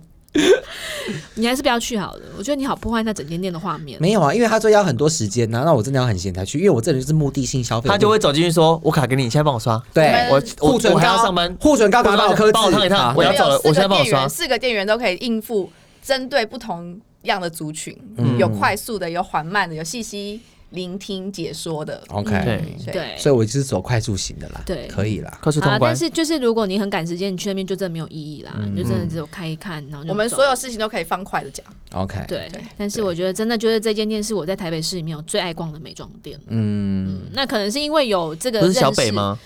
[SPEAKER 3] 你还是不要去好了。我觉得你好破坏那整间店的画面。
[SPEAKER 4] 没有啊，因为他说要很多时间啊呐、那我真的要很闲才去，因为我这人就是目的性消费，
[SPEAKER 2] 他就会走进去说：“我卡给你，你现在帮我刷。
[SPEAKER 4] 对
[SPEAKER 2] 我我
[SPEAKER 4] 护唇
[SPEAKER 2] 我还要
[SPEAKER 4] 膏
[SPEAKER 2] 上班
[SPEAKER 4] 护唇膏打到颗
[SPEAKER 2] 帮我烫一烫
[SPEAKER 4] 好
[SPEAKER 2] 我要
[SPEAKER 5] 们有
[SPEAKER 2] 走了
[SPEAKER 5] 四
[SPEAKER 2] 我现
[SPEAKER 5] 个
[SPEAKER 2] 在帮我
[SPEAKER 5] 店
[SPEAKER 2] 刷
[SPEAKER 5] 员，四个店员都可以应付针对不同样的族群，有快速的，有缓慢的，有细心聆听解说的。
[SPEAKER 4] OK，
[SPEAKER 2] 对
[SPEAKER 5] 对
[SPEAKER 3] 对。
[SPEAKER 4] 所以我就是走快速型的啦，
[SPEAKER 3] 对
[SPEAKER 4] 可以啦”。
[SPEAKER 2] 快速
[SPEAKER 3] 啊
[SPEAKER 2] 通，
[SPEAKER 3] 但
[SPEAKER 2] 关。
[SPEAKER 3] 是就是如果你很赶时间，你去那边就真的没有意义啦，你就真的只有看一看，然后就
[SPEAKER 5] 我们
[SPEAKER 3] 走
[SPEAKER 5] 所有事情都可以放快的讲，
[SPEAKER 4] OK，，
[SPEAKER 3] 对
[SPEAKER 5] 对。
[SPEAKER 3] 但是我觉得真的就是这间店是我在台北市里面我最爱逛的美妆店。
[SPEAKER 4] 嗯，
[SPEAKER 3] 那可能是因为有这个
[SPEAKER 2] 不是小
[SPEAKER 3] 认识
[SPEAKER 2] 北？吗？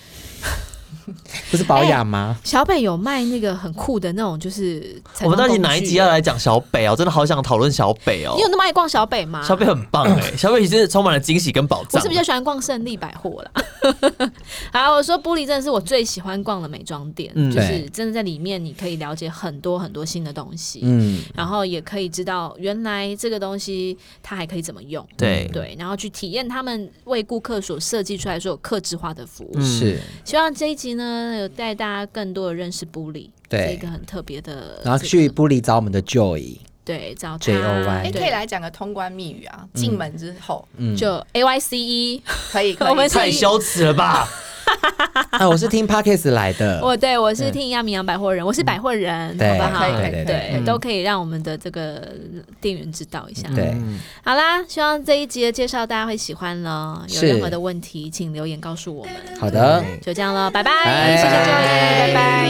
[SPEAKER 4] 不是保养吗？
[SPEAKER 3] 小北有卖那个很酷的那种，就是
[SPEAKER 2] 我们到底哪一集要
[SPEAKER 3] 来？
[SPEAKER 2] 来讲小北哦？真的好想讨论小北哦
[SPEAKER 3] 你。有那么爱逛小北吗？
[SPEAKER 2] 小北很棒哎，小北真的充满了惊喜跟宝
[SPEAKER 3] 我
[SPEAKER 2] 藏
[SPEAKER 3] 是。比较喜欢逛胜利百货啦。 好，我说玻璃真的是我最喜欢逛的美妆店，
[SPEAKER 2] 嗯
[SPEAKER 3] 就是
[SPEAKER 4] 对
[SPEAKER 3] 真的在里面你可以了解很多很多新的东西，
[SPEAKER 4] 嗯，
[SPEAKER 3] 然后也可以知道原来这个东西它还可以怎么用。
[SPEAKER 2] 对
[SPEAKER 3] 对，然后去体验他们为顾客所设计出来所有客制化的服务。
[SPEAKER 2] 嗯
[SPEAKER 4] 是，
[SPEAKER 3] 希望这一集呢，有带大家更多的认识玻璃，
[SPEAKER 4] 对
[SPEAKER 3] 这个很特别的这个，
[SPEAKER 4] 然后去玻璃找我们的 Joy，
[SPEAKER 3] 对找
[SPEAKER 4] J O
[SPEAKER 3] 他
[SPEAKER 4] Y
[SPEAKER 5] 哎，
[SPEAKER 3] 对
[SPEAKER 5] 可以来讲个通关密语啊！进门之后
[SPEAKER 4] 嗯，
[SPEAKER 3] 就 A Y C E，
[SPEAKER 5] 可 以，可以
[SPEAKER 3] 我们是
[SPEAKER 2] 太羞耻了吧！
[SPEAKER 4] 啊，我是听 Podcast 来 的，
[SPEAKER 3] 我对我是听一样名扬百货人，我是百货人，
[SPEAKER 4] 嗯对，
[SPEAKER 3] 好不好？
[SPEAKER 5] 可以可以
[SPEAKER 4] 对对
[SPEAKER 3] 对，都可以让我们的这个店员知道一下。
[SPEAKER 4] 对
[SPEAKER 2] 嗯
[SPEAKER 3] 好啦，希望这一集的介绍大家会喜欢了。有
[SPEAKER 4] 是
[SPEAKER 3] 任何的问题，请留言告诉我们。
[SPEAKER 4] 对，好的。
[SPEAKER 3] 就这样了，拜拜，
[SPEAKER 4] 拜
[SPEAKER 3] 谢谢 Joy，拜拜。